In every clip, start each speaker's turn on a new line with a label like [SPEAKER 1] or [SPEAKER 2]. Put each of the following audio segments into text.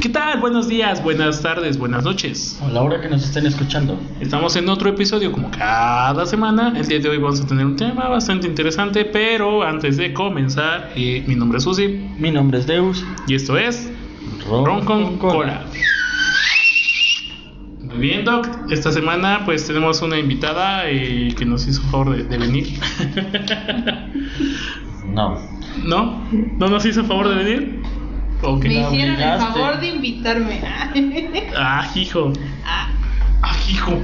[SPEAKER 1] ¿Qué tal? Buenos días, buenas tardes, buenas noches.
[SPEAKER 2] A la hora que nos estén escuchando.
[SPEAKER 1] Estamos en otro episodio como cada semana. El día de hoy vamos a tener un tema bastante interesante, pero antes de comenzar, eh, mi nombre es Susi
[SPEAKER 2] Mi nombre es Deus.
[SPEAKER 1] y esto es Ron con Cola. Muy bien, Doc. Esta semana pues tenemos una invitada eh, que nos hizo favor de, de venir.
[SPEAKER 2] No.
[SPEAKER 1] ¿No? ¿No nos hizo favor de venir? Ok.
[SPEAKER 3] Me
[SPEAKER 2] la
[SPEAKER 3] hicieron el
[SPEAKER 2] obligaste.
[SPEAKER 3] favor de invitarme.
[SPEAKER 1] Ah, hijo.
[SPEAKER 3] Ah,
[SPEAKER 1] Ah, hijo.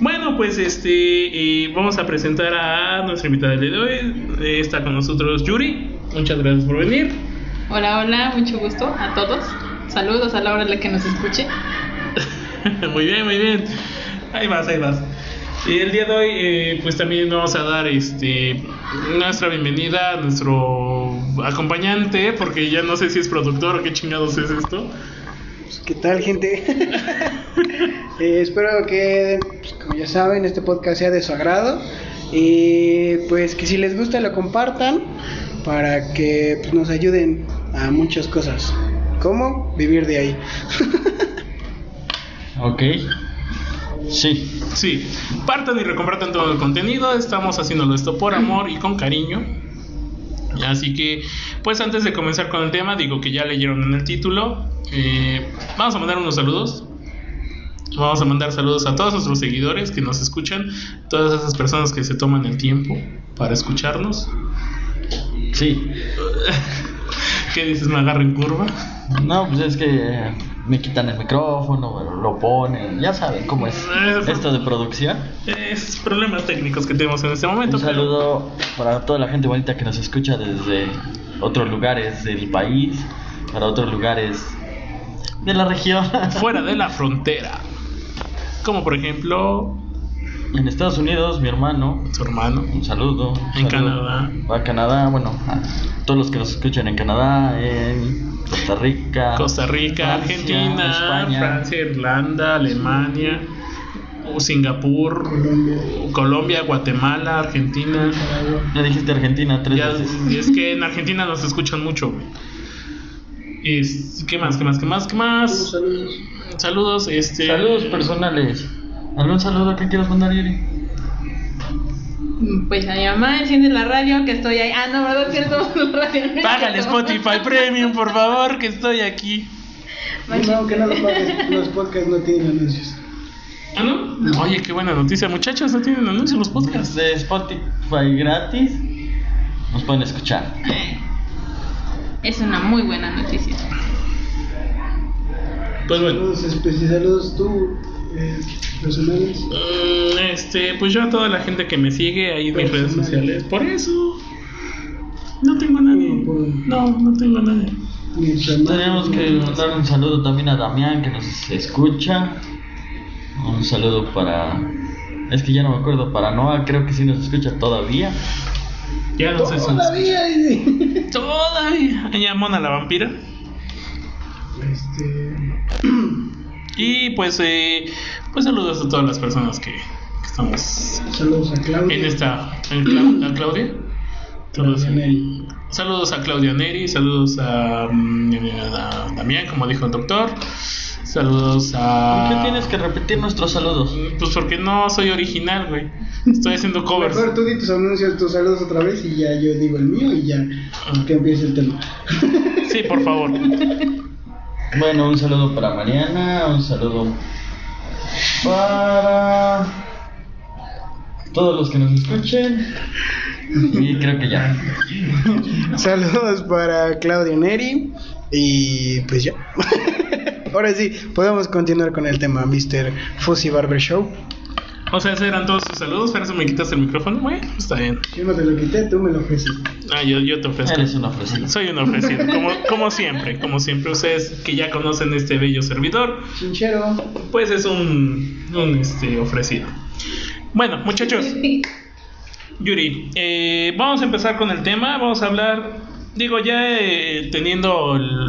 [SPEAKER 1] Bueno, pues este, eh, vamos a presentar a nuestra invitada del día de hoy. Eh, está con nosotros Yuri. Muchas gracias por venir.
[SPEAKER 3] hola, hola, mucho gusto a todos. Saludos a la hora en la que nos escuche.
[SPEAKER 1] muy bien, muy bien. Ahí vas, ahí vas. Y el día de hoy, eh, pues también vamos a dar este, nuestra bienvenida a nuestro acompañante, porque ya no sé si es productor o qué chingados es esto.
[SPEAKER 4] ¿Qué tal, gente? Eh, espero que, pues, como ya saben, este podcast sea de su agrado. Y pues que si les gusta lo compartan para que pues, nos ayuden a muchas cosas. ¿Cómo? Vivir de ahí.
[SPEAKER 2] Ok. Sí.
[SPEAKER 1] Sí, partan y recompartan todo el contenido. Estamos haciéndolo esto por amor y con cariño. Así que, pues antes de comenzar con el tema, digo que ya leyeron en el título. eh, vamos a mandar unos saludos. Vamos a mandar saludos a todos nuestros seguidores que nos escuchan, todas esas personas que se toman el tiempo para escucharnos.
[SPEAKER 2] Sí.
[SPEAKER 1] ¿Qué dices? Me agarro en curva.
[SPEAKER 2] No, pues es que eh, me quitan el micrófono, lo ponen. Ya saben cómo es
[SPEAKER 1] Eso.
[SPEAKER 2] esto de producción.
[SPEAKER 1] Es problemas técnicos que tenemos en este momento.
[SPEAKER 2] Un
[SPEAKER 1] pero-
[SPEAKER 2] saludo para toda la gente bonita que nos escucha desde otros lugares del país, para otros lugares de la región.
[SPEAKER 1] Fuera de la frontera. Como por ejemplo,
[SPEAKER 2] En Estados Unidos, mi hermano,
[SPEAKER 1] su hermano.
[SPEAKER 2] un saludo. un
[SPEAKER 1] En
[SPEAKER 2] saludo.
[SPEAKER 1] Canadá.
[SPEAKER 2] Va a Canadá, bueno, a todos los que nos escuchan en Canadá, en Costa Rica,
[SPEAKER 1] Costa Rica,
[SPEAKER 2] Francia,
[SPEAKER 1] Argentina,
[SPEAKER 2] España.
[SPEAKER 1] Francia, Irlanda, Alemania, o Singapur, Colombia, Guatemala, Argentina.
[SPEAKER 2] Ya dijiste Argentina tres
[SPEAKER 1] Ya,
[SPEAKER 2] veces.
[SPEAKER 1] y es que en Argentina nos escuchan mucho, güey. Es- ¿Qué más? ¿Qué más? ¿Qué más? ¿Qué más? Saludos, este.
[SPEAKER 2] Saludos personales. ¿Algún saludo que quieras mandar, Yuri?
[SPEAKER 3] Mm, Pues a mi mamá, enciende la radio, que estoy ahí. Ah, no, ¿verdad? Es Cierto, la radio. no es
[SPEAKER 1] Págale
[SPEAKER 3] cierto.
[SPEAKER 1] Spotify Premium, por favor, que estoy aquí.
[SPEAKER 3] Pues,
[SPEAKER 4] no, que no los, podcasts, los podcasts no tienen anuncios.
[SPEAKER 1] ¿Ah, no? Oye, qué buena noticia, muchachos. No tienen anuncios los podcasts.
[SPEAKER 2] De Spotify gratis nos pueden escuchar.
[SPEAKER 3] Es una muy buena noticia.
[SPEAKER 1] Pues bueno.
[SPEAKER 4] Saludos, espe- saludos tú, eh, personales.
[SPEAKER 1] Mm, Este, pues yo a toda la gente que me sigue ahí en mis redes sociales. Por eso. No tengo a nadie.
[SPEAKER 4] pues.
[SPEAKER 1] No, no tengo a nadie.
[SPEAKER 4] Mis
[SPEAKER 2] Tenemos
[SPEAKER 4] hermanos.
[SPEAKER 2] que mandar un saludo también a Damián que nos escucha. Un saludo para. Es que ya no me acuerdo, para Noah, creo que sí nos escucha todavía.
[SPEAKER 1] Ya no sé si
[SPEAKER 4] Todavía. dice.
[SPEAKER 1] Todavía. Ya Mona la vampira.
[SPEAKER 4] Este,
[SPEAKER 1] Y pues, eh, pues saludos a todas las personas que, que estamos
[SPEAKER 4] saludos a Claudia.
[SPEAKER 1] en esta. en Clau- a Claudia. Saludos a,
[SPEAKER 4] Neri.
[SPEAKER 1] saludos a Claudia Neri. Saludos a, mm, a Damián, como dijo el doctor. Saludos a.
[SPEAKER 2] ¿Por qué tienes que repetir nuestros saludos?
[SPEAKER 1] Pues porque no soy original, güey. Estoy haciendo covers.
[SPEAKER 4] Mejor tú di tus anuncios, tus saludos otra vez y ya yo digo el mío y ya que empiece el tema.
[SPEAKER 1] Sí, por favor.
[SPEAKER 2] Bueno, un saludo para Mariana, un saludo para todos los que nos escuchen. Y creo que ya.
[SPEAKER 4] Saludos para Claudio Neri y pues ya. Ahora sí, podemos continuar con el tema, Mr. Fuzzy Barber Show.
[SPEAKER 1] O sea, esos eran todos sus saludos. Para eso me quitas el micrófono. Bueno, está bien.
[SPEAKER 4] Yo no te lo quité, tú me lo ofreciste.
[SPEAKER 1] Ah, yo, yo te ofrezco.
[SPEAKER 2] Eres una ofrecida.
[SPEAKER 1] Soy un ofrecido. Como, como siempre, como siempre. Ustedes que ya conocen este bello servidor,
[SPEAKER 4] Chinchero.
[SPEAKER 1] pues es un, un este, ofrecido. Bueno, muchachos, Yuri, eh, vamos a empezar con el tema. Vamos a hablar, digo, ya eh, teniendo el,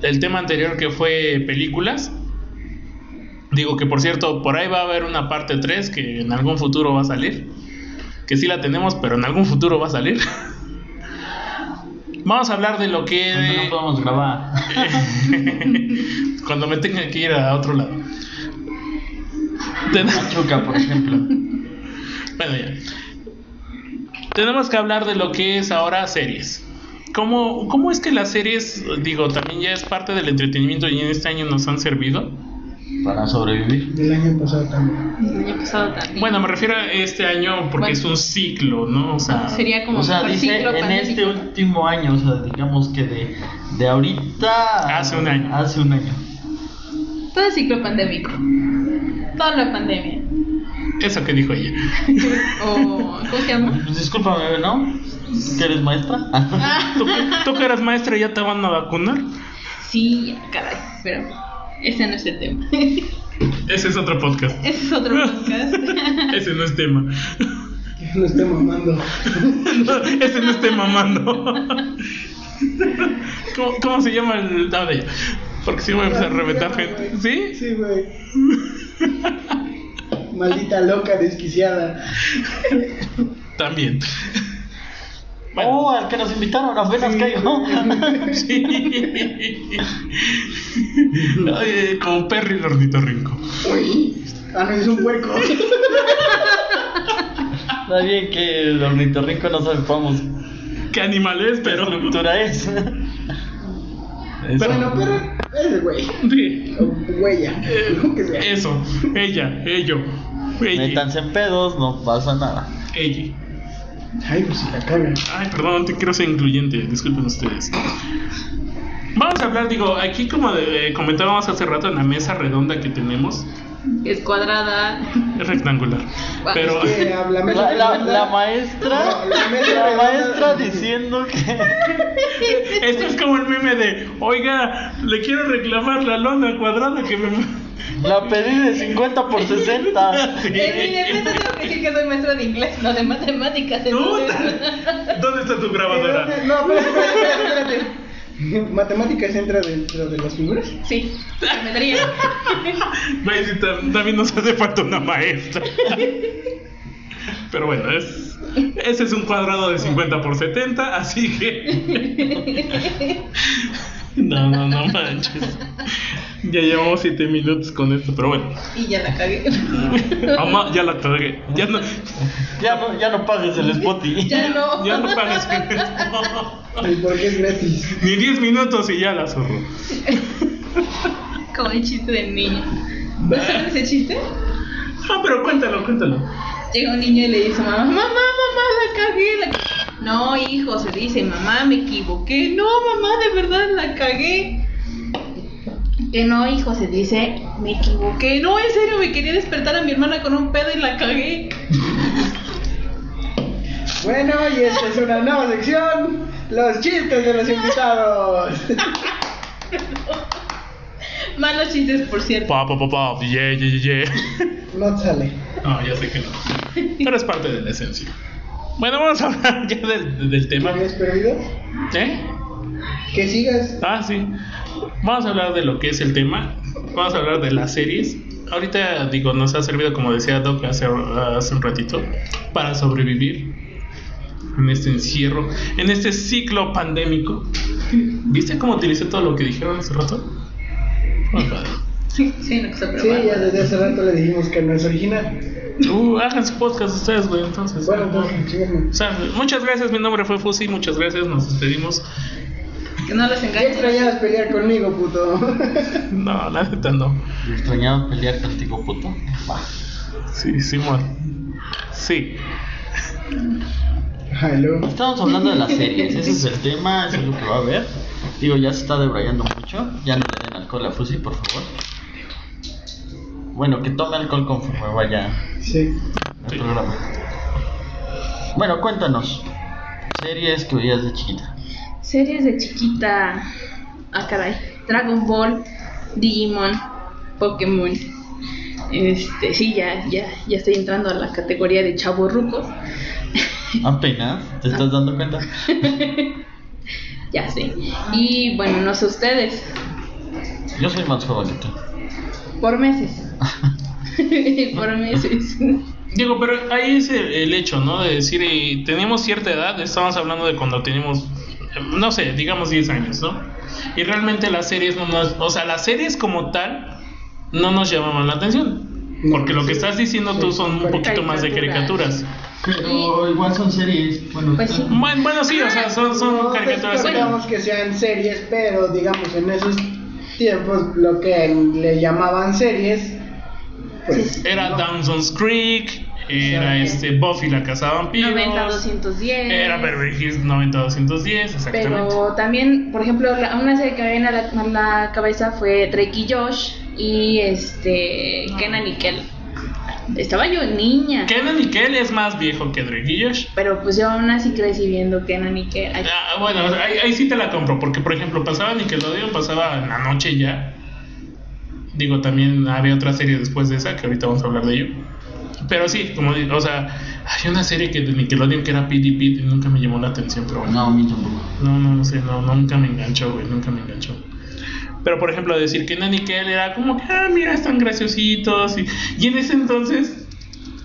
[SPEAKER 1] el tema anterior que fue películas. Digo que por cierto, por ahí va a haber una parte 3 que en algún futuro va a salir. Que sí la tenemos, pero en algún futuro va a salir. Vamos a hablar de lo que...
[SPEAKER 2] Cuando
[SPEAKER 1] de-
[SPEAKER 2] no podemos grabar.
[SPEAKER 1] cuando me tenga que ir a otro lado. Ten-
[SPEAKER 2] Machuca, por ejemplo.
[SPEAKER 1] Bueno, ya. Tenemos que hablar de lo que es ahora series. ¿Cómo, ¿Cómo es que las series, digo, también ya es parte del entretenimiento y en este año nos han servido?
[SPEAKER 2] Para sobrevivir.
[SPEAKER 4] Del año pasado también.
[SPEAKER 3] El año pasado también.
[SPEAKER 1] Bueno, me refiero a este año porque
[SPEAKER 3] Bueno.
[SPEAKER 1] es un ciclo, ¿no? O sea,
[SPEAKER 3] sería como
[SPEAKER 2] O sea,
[SPEAKER 3] por
[SPEAKER 2] dice
[SPEAKER 3] ciclo
[SPEAKER 2] en
[SPEAKER 3] pandémico.
[SPEAKER 2] este último año, o sea, digamos que de, de ahorita.
[SPEAKER 1] Hace un año.
[SPEAKER 2] Hace un año.
[SPEAKER 3] Todo es ciclo pandémico. Toda la pandemia.
[SPEAKER 1] eso que dijo ella.
[SPEAKER 3] O, ¿Cómo se llama?
[SPEAKER 2] Pues discúlpame, ¿no? ¿Que eres maestra?
[SPEAKER 1] ¿Tú, tú que eras maestra ya te van a vacunar?
[SPEAKER 3] Sí, caray. Pero ese no es el tema.
[SPEAKER 1] Ese es otro podcast.
[SPEAKER 3] Ese es otro podcast.
[SPEAKER 1] Ese no es tema.
[SPEAKER 4] Ya no estoy mamando.
[SPEAKER 1] No, ese no esté mamando. ¿Cómo, cómo se llama el no, de- Porque si voy a empezar a reventar gente. ¿Sí?
[SPEAKER 4] Sí, güey. Maldita loca desquiciada.
[SPEAKER 1] También.
[SPEAKER 2] Oh, al que nos invitaron, apenas
[SPEAKER 4] Sí.
[SPEAKER 2] caigo.
[SPEAKER 4] Ah,
[SPEAKER 1] Sí. Ay, como Perry el ornitorrinco.
[SPEAKER 4] Uy. Ah, no, es un puerco.
[SPEAKER 2] Está bien que el ornitorrinco no sepamos
[SPEAKER 1] ¿Qué animal es?
[SPEAKER 2] qué
[SPEAKER 1] Pero.
[SPEAKER 2] estructura es.
[SPEAKER 1] Pero
[SPEAKER 4] Bueno,
[SPEAKER 2] Eso.
[SPEAKER 4] pero es güey.
[SPEAKER 1] Sí.
[SPEAKER 4] O huella.
[SPEAKER 1] Eh,
[SPEAKER 4] Lo que sea.
[SPEAKER 1] Eso. Ella. Ello. Ella.
[SPEAKER 2] Métanse en pedos, no pasa nada.
[SPEAKER 1] Ella.
[SPEAKER 4] Ay, pues si la cagan.
[SPEAKER 1] Ay, perdón, te quiero ser incluyente, disculpen ustedes. Vamos a hablar, digo, aquí como de- eh, comentábamos hace rato en la mesa redonda que tenemos,
[SPEAKER 3] es cuadrada.
[SPEAKER 1] es rectangular. Pero
[SPEAKER 4] Es que habla
[SPEAKER 2] La, la, la maestra,
[SPEAKER 4] No, la media
[SPEAKER 2] la
[SPEAKER 4] redonda.
[SPEAKER 2] maestra diciendo que
[SPEAKER 1] esto es como el meme de, oiga, le quiero reclamar la lona cuadrada que me...
[SPEAKER 2] la pedí de 50 por 60.
[SPEAKER 1] Sí.
[SPEAKER 3] En mi defensa tengo que decir que soy maestra de inglés, no de matemáticas.
[SPEAKER 1] No,
[SPEAKER 3] entonces-
[SPEAKER 1] ¿Dónde está tu grabadora?
[SPEAKER 4] No, pero espérate, espérate. ¿Matemáticas entra dentro de las figuras?
[SPEAKER 3] Sí, geometría.
[SPEAKER 1] Güey, sí, tam- también nos hace falta una maestra. Pero bueno, es, ese es un cuadrado de 50 por 70, así que... No, no, no manches. Ya llevamos 7 minutos con esto, pero bueno.
[SPEAKER 3] Y ya la cagué.
[SPEAKER 1] Mamá, ya la tragué. Ya no,
[SPEAKER 2] Ya no, ya no pagues el Spotify.
[SPEAKER 3] Ya no.
[SPEAKER 1] ya no pagas con esto.
[SPEAKER 4] ¿Y por qué es gratis?
[SPEAKER 1] Ni 10 minutos y ya la zorro.
[SPEAKER 3] Como el chiste del niño. ¿No sabes ese chiste?
[SPEAKER 1] Ah, pero cuéntalo, cuéntalo.
[SPEAKER 3] Llega un niño y le dice, mamá, mamá, mamá, la cagué, la cagué". No, hijo, se dice, mamá, me equivoqué. No, mamá, de verdad la cagué. Que no, hijo, se dice, me equivoqué. No, en serio, me quería despertar a mi hermana con un pedo y la cagué.
[SPEAKER 4] Bueno, y esta es una nueva sección: Los chistes de los invitados.
[SPEAKER 3] Malos chistes, por cierto.
[SPEAKER 1] Pa, pa, pa, pa, yeah, yeah, yeah, yeah.
[SPEAKER 4] No sale.
[SPEAKER 1] No, ya sé que no. Pero es parte de la esencia. Bueno, vamos a hablar ya del, del
[SPEAKER 4] ¿Me
[SPEAKER 1] tema.
[SPEAKER 4] habías perdido?
[SPEAKER 1] ¿Eh?
[SPEAKER 4] Que sigas.
[SPEAKER 1] Ah, sí. Vamos a hablar de lo que es el tema. Vamos a hablar de las series. Ahorita, digo, nos ha servido, como decía Doc hace, hace un ratito, para sobrevivir en este encierro, en este ciclo pandémico. ¿Viste cómo utilicé todo lo que dijeron hace rato? Muy padre.
[SPEAKER 3] Sí, sí, no, que se
[SPEAKER 4] Sí,
[SPEAKER 3] prueba.
[SPEAKER 4] ya desde hace rato le dijimos que no es original.
[SPEAKER 1] Uh, hagan su podcast ustedes, güey, entonces.
[SPEAKER 4] Bueno, entonces, chingarme.
[SPEAKER 1] O sea, muchas gracias, mi nombre fue Fusi, muchas gracias, nos despedimos.
[SPEAKER 3] Que no los
[SPEAKER 4] Ya
[SPEAKER 3] engañes.
[SPEAKER 4] extrañabas pelear conmigo, puto.
[SPEAKER 1] No, la neta no.
[SPEAKER 2] Y Extrañaba pelear contigo, puto. Va.
[SPEAKER 1] Sí, Simón. Sí.
[SPEAKER 4] Hello.
[SPEAKER 2] Estamos hablando de las series, ese es el tema, eso es lo que va a haber. Digo, ya se está debrayando mucho, ya no le den alcohol a Fusi, por favor. Bueno, que tome alcohol conforme vaya
[SPEAKER 4] Sí.
[SPEAKER 2] el programa. Bueno, cuéntanos, series que veías de chiquita.
[SPEAKER 3] Series de chiquita. Ah, caray. Dragon Ball, Digimon, Pokémon. Este, sí, ya, ya, ya estoy entrando a la categoría de chavos rucos.
[SPEAKER 2] Apenas, ¿te estás dando cuenta?
[SPEAKER 3] Ya sé. Y bueno, no sé ustedes.
[SPEAKER 2] Yo soy más joven que tú.
[SPEAKER 3] Por meses. por meses.
[SPEAKER 1] Digo, pero ahí es el, el hecho, ¿no? De decir, eh, tenemos cierta edad, estamos hablando de cuando tenemos no sé, digamos 10 años, ¿no? Y realmente las series no nos, o sea, las series como tal no nos llamaban la atención,
[SPEAKER 4] No,
[SPEAKER 1] porque lo
[SPEAKER 4] sí.
[SPEAKER 1] que estás diciendo tú
[SPEAKER 4] Sí,
[SPEAKER 1] son un
[SPEAKER 4] pero
[SPEAKER 1] poquito más de
[SPEAKER 3] caricaturas.
[SPEAKER 1] caricaturas.
[SPEAKER 2] Pero igual son series. Bueno,
[SPEAKER 3] Pues sí.
[SPEAKER 1] Bueno, bueno, sí, o sea, son, son
[SPEAKER 4] Pues,
[SPEAKER 1] caricaturas.
[SPEAKER 4] No digamos que sean series, pero digamos en esos tiempos lo que le llamaban series, pues
[SPEAKER 1] Era Downson's Creek, era
[SPEAKER 4] Sí.
[SPEAKER 1] este Buffy la cazavampiros,
[SPEAKER 3] 90-210.
[SPEAKER 1] era Beverly Hills 90210, exactamente.
[SPEAKER 3] Pero también, por ejemplo, la- una serie que me viene a la, a la cabeza fue Drake y Josh y este Kenan y Kel. Estaba yo niña,
[SPEAKER 1] Kenan y Kel es más viejo que Drake y Josh.
[SPEAKER 3] pero pues yo aún así crecí viendo Kenan y Kel. Ay,
[SPEAKER 1] Ah, bueno, ahí, ahí sí te la compro, porque por ejemplo pasaba Nickelodeon, pasaba en la noche ya. Digo, también había otra serie después de esa, que ahorita vamos a hablar de ello. Pero sí, como di- o sea, hay una serie que de Nickelodeon que era Pete y Pete y nunca me llamó la atención, pero bueno.
[SPEAKER 2] no, a mí tampoco.
[SPEAKER 1] No, no, no sé, no, nunca me enganchó, güey, nunca me enganchó. Pero por ejemplo, decir que Nanny Kell era como que, ah, mira, están graciositos. Y, y en ese entonces,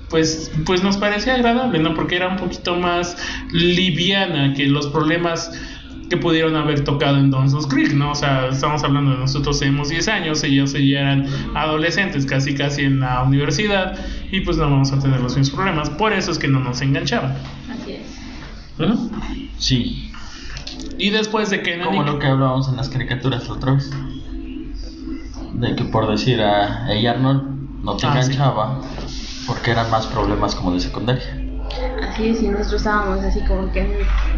[SPEAKER 1] pues, pues nos parecía agradable, ¿no? Porque era un poquito más liviana que los problemas que pudieron haber tocado en Dawson's Creek, ¿no? O sea, estamos hablando de nosotros tenemos 10 años, ellos ya eran adolescentes, casi casi en la universidad, y pues no vamos a tener los mismos problemas. Por eso es que no nos enganchaban.
[SPEAKER 3] Así es.
[SPEAKER 1] ¿no?
[SPEAKER 2] Sí.
[SPEAKER 1] Y después de que Nanny
[SPEAKER 2] Como lo que hablábamos en las caricaturas la otra vez. De que por decir a Hey Arnold no te
[SPEAKER 1] Ah, sí.
[SPEAKER 2] enganchaba porque eran más problemas como de secundaria.
[SPEAKER 3] Así es, y nosotros estábamos así como que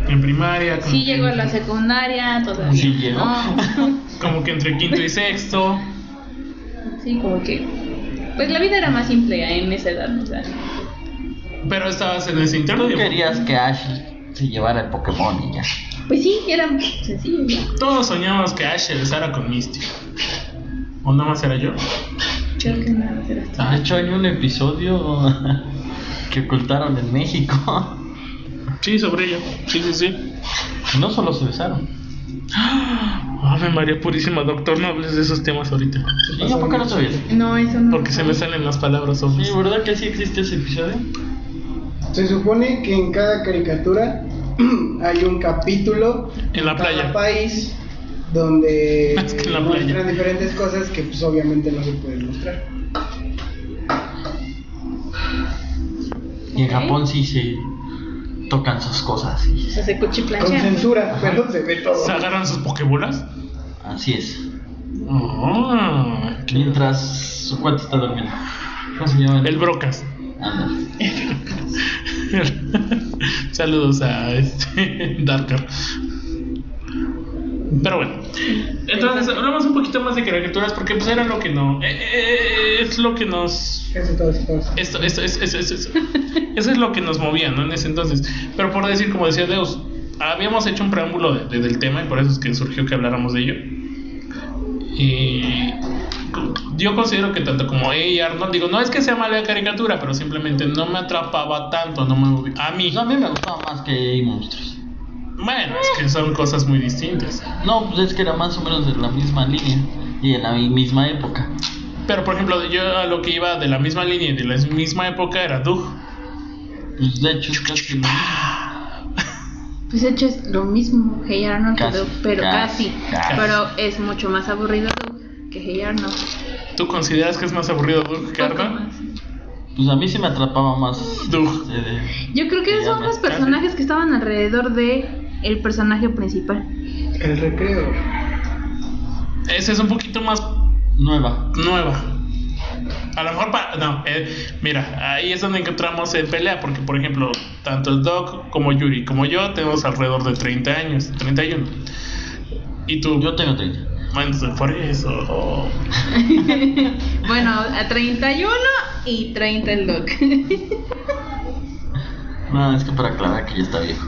[SPEAKER 1] En primaria, como,
[SPEAKER 3] sí
[SPEAKER 1] que,
[SPEAKER 3] llegó a la secundaria, todavía.
[SPEAKER 2] Sí llegó.
[SPEAKER 3] no.
[SPEAKER 1] como que entre quinto y sexto.
[SPEAKER 3] Sí, como que pues la vida era más simple en esa edad, o sea.
[SPEAKER 1] Pero estabas en ese
[SPEAKER 2] Tú
[SPEAKER 1] interludio.
[SPEAKER 2] querías que Ashley se llevara el Pokémon y ya.
[SPEAKER 3] Pues sí, era sencillo. ya.
[SPEAKER 1] Todos soñamos que Asher estara con Misty. ¿O nada más era yo?
[SPEAKER 3] Creo que nada más era
[SPEAKER 2] Ah, De hecho, hay un episodio que ocultaron en México.
[SPEAKER 1] Sí, sobre ello. Sí, sí, sí.
[SPEAKER 2] No solo se besaron.
[SPEAKER 1] Ave María Purísima, doctor, no hables de esos temas ahorita.
[SPEAKER 2] ¿Y por qué no sabías?
[SPEAKER 3] No, eso no.
[SPEAKER 1] Porque se me salen las palabras
[SPEAKER 2] Sí,
[SPEAKER 1] obvias.
[SPEAKER 2] ¿verdad que sí existe ese episodio?
[SPEAKER 4] se supone que en cada caricatura hay un capítulo
[SPEAKER 1] En la
[SPEAKER 4] cada
[SPEAKER 1] playa.
[SPEAKER 4] país donde
[SPEAKER 1] Es que en la playa.
[SPEAKER 4] muestran diferentes cosas que pues obviamente no se pueden mostrar.
[SPEAKER 2] Y en
[SPEAKER 3] Ok.
[SPEAKER 2] Japón sí se tocan sus cosas. y-
[SPEAKER 3] O sea, se
[SPEAKER 4] Con
[SPEAKER 3] cuchiplanchea.
[SPEAKER 4] censura, pero se ve todo.
[SPEAKER 1] ¿Se agarran sus pokebolas?
[SPEAKER 2] Así es.
[SPEAKER 1] Ah,
[SPEAKER 2] Mientras su cuate está durmiendo. ¿Cómo se llama?
[SPEAKER 1] el Brocas.
[SPEAKER 2] Ándale.
[SPEAKER 1] Saludos a este Darker. Pero bueno, entonces hablamos un poquito más de caricaturas porque pues era lo que no, eh, eh, eh, es lo que nos,
[SPEAKER 4] Eso todo, eso todo.
[SPEAKER 1] esto, esto, es- es- es- es- eso es lo que nos movía, ¿no? En ese entonces. Pero por decir, como decía Deus, habíamos hecho un preámbulo de- de- del tema y por eso es que surgió que habláramos de ello. Y yo considero que tanto como ella, Arnold, digo, no es que sea mala caricatura, pero simplemente no me atrapaba tanto, no me a mí.
[SPEAKER 2] Pues a mí me gustaba más que hay monstruos.
[SPEAKER 1] Bueno, es que son cosas muy distintas.
[SPEAKER 2] No, pues es que era más o menos de la misma línea y en la mi- misma época.
[SPEAKER 1] Pero por ejemplo, yo a lo que iba de la misma línea y de la misma época era Doug.
[SPEAKER 2] Pues de hecho, es casi lo mismo.
[SPEAKER 3] Pues de hecho es lo mismo Hey Arnold, que
[SPEAKER 2] Casi,
[SPEAKER 3] Doug, pero
[SPEAKER 2] casi,
[SPEAKER 3] casi,
[SPEAKER 2] casi.
[SPEAKER 3] Pero es mucho más aburrido Doug que Hey Arnold.
[SPEAKER 1] ¿Tú consideras que es más aburrido Doug que
[SPEAKER 3] Poco
[SPEAKER 1] Arda?
[SPEAKER 3] más.
[SPEAKER 2] Pues a mí sí me atrapaba más.
[SPEAKER 1] Doug.
[SPEAKER 2] este, de-
[SPEAKER 3] Yo creo que
[SPEAKER 2] Hey
[SPEAKER 3] son
[SPEAKER 2] Arnold,
[SPEAKER 3] los personajes que estaban alrededor de el personaje principal.
[SPEAKER 4] El recreo.
[SPEAKER 1] Esa es un poquito más
[SPEAKER 2] nueva.
[SPEAKER 1] nueva. A lo mejor para... No, eh, mira, ahí es donde encontramos en pelea, porque por ejemplo, tanto Doug como Yuri como yo tenemos alrededor de 30 años, 31. Y tú...
[SPEAKER 2] Yo tengo 30.
[SPEAKER 1] Bueno, por eso...
[SPEAKER 3] Bueno, a 31 y 30 el Doug.
[SPEAKER 2] No, es que para aclarar que ya está viejo.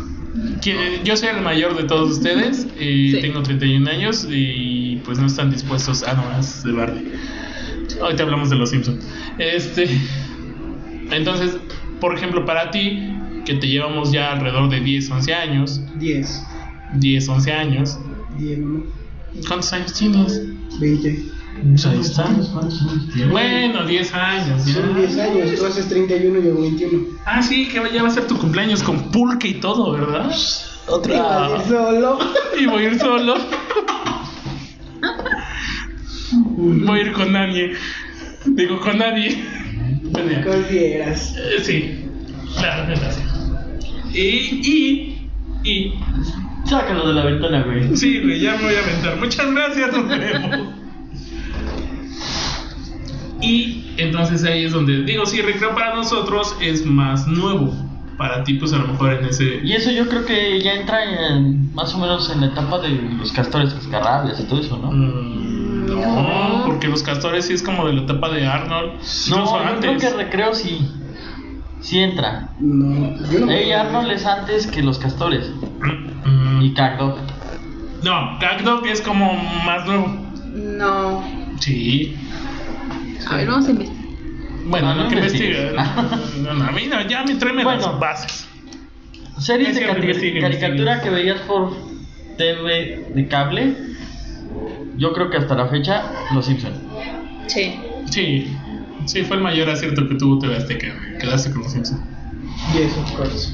[SPEAKER 1] Que- Yo soy el mayor de todos ustedes, eh,
[SPEAKER 3] Sí.
[SPEAKER 1] tengo 31 años y pues no están dispuestos a nomás de Barney. Ahorita hablamos de los Simpsons. Este, entonces, por ejemplo, para ti, que te llevamos ya alrededor de 10, 11 años,
[SPEAKER 4] 10.
[SPEAKER 1] 10, 11 años,
[SPEAKER 4] 10, ¿no?
[SPEAKER 1] ¿cuántos años tienes?
[SPEAKER 4] 20.
[SPEAKER 1] ahí está. Bueno, 10 años. ya.
[SPEAKER 4] Son 10 años, tú haces 31 y yo 21.
[SPEAKER 1] Ah, sí, que ya va a ser tu cumpleaños con pulque y todo, ¿verdad?
[SPEAKER 4] Otra. Iba a ir solo.
[SPEAKER 1] Y voy a ir solo. Voy a ir con nadie. Digo, con nadie. Bueno, ya.
[SPEAKER 4] Consideras.
[SPEAKER 1] Eh, Sí, claro, es así. Y, y, y.
[SPEAKER 2] Sácalo de la ventana, güey.
[SPEAKER 1] Sí, güey, ya me voy a aventar. Muchas gracias, nos vemos. Y entonces ahí es donde digo, sí, recreo para nosotros es más nuevo. Para ti, pues a lo mejor en ese.
[SPEAKER 2] Y eso yo creo que ya entra en- más o menos en la etapa de los castores cascarrabias y todo eso, ¿no?
[SPEAKER 1] Mm, no, porque los castores sí es como de la etapa de Arnold.
[SPEAKER 2] No,
[SPEAKER 1] incluso
[SPEAKER 2] yo creo
[SPEAKER 1] antes.
[SPEAKER 2] que recreo sí, sí entra.
[SPEAKER 4] No, yo no.
[SPEAKER 2] Ey, Arnold es antes que los castores
[SPEAKER 1] Mm,
[SPEAKER 2] y Cacto.
[SPEAKER 1] No, Cacdog es como más nuevo.
[SPEAKER 3] No.
[SPEAKER 1] Sí.
[SPEAKER 3] A ver, vamos a investigar.
[SPEAKER 1] Bueno,
[SPEAKER 2] Ah,
[SPEAKER 1] lo
[SPEAKER 2] no
[SPEAKER 1] que
[SPEAKER 2] investigues.
[SPEAKER 1] investiga. No, no, a mí no, ya me tráeme
[SPEAKER 2] Bueno.
[SPEAKER 1] las bases.
[SPEAKER 2] Series
[SPEAKER 1] Es
[SPEAKER 2] de
[SPEAKER 1] que
[SPEAKER 2] cati-
[SPEAKER 1] investiguen,
[SPEAKER 2] caricatura
[SPEAKER 1] investiguen.
[SPEAKER 2] que veías por TV de cable. Yo creo que hasta la fecha, Los Simpson.
[SPEAKER 3] Sí.
[SPEAKER 1] Sí, sí, fue el mayor acierto que tuvo TV Azteca, güey, quedarse con los Simpson.
[SPEAKER 4] Yes, of course.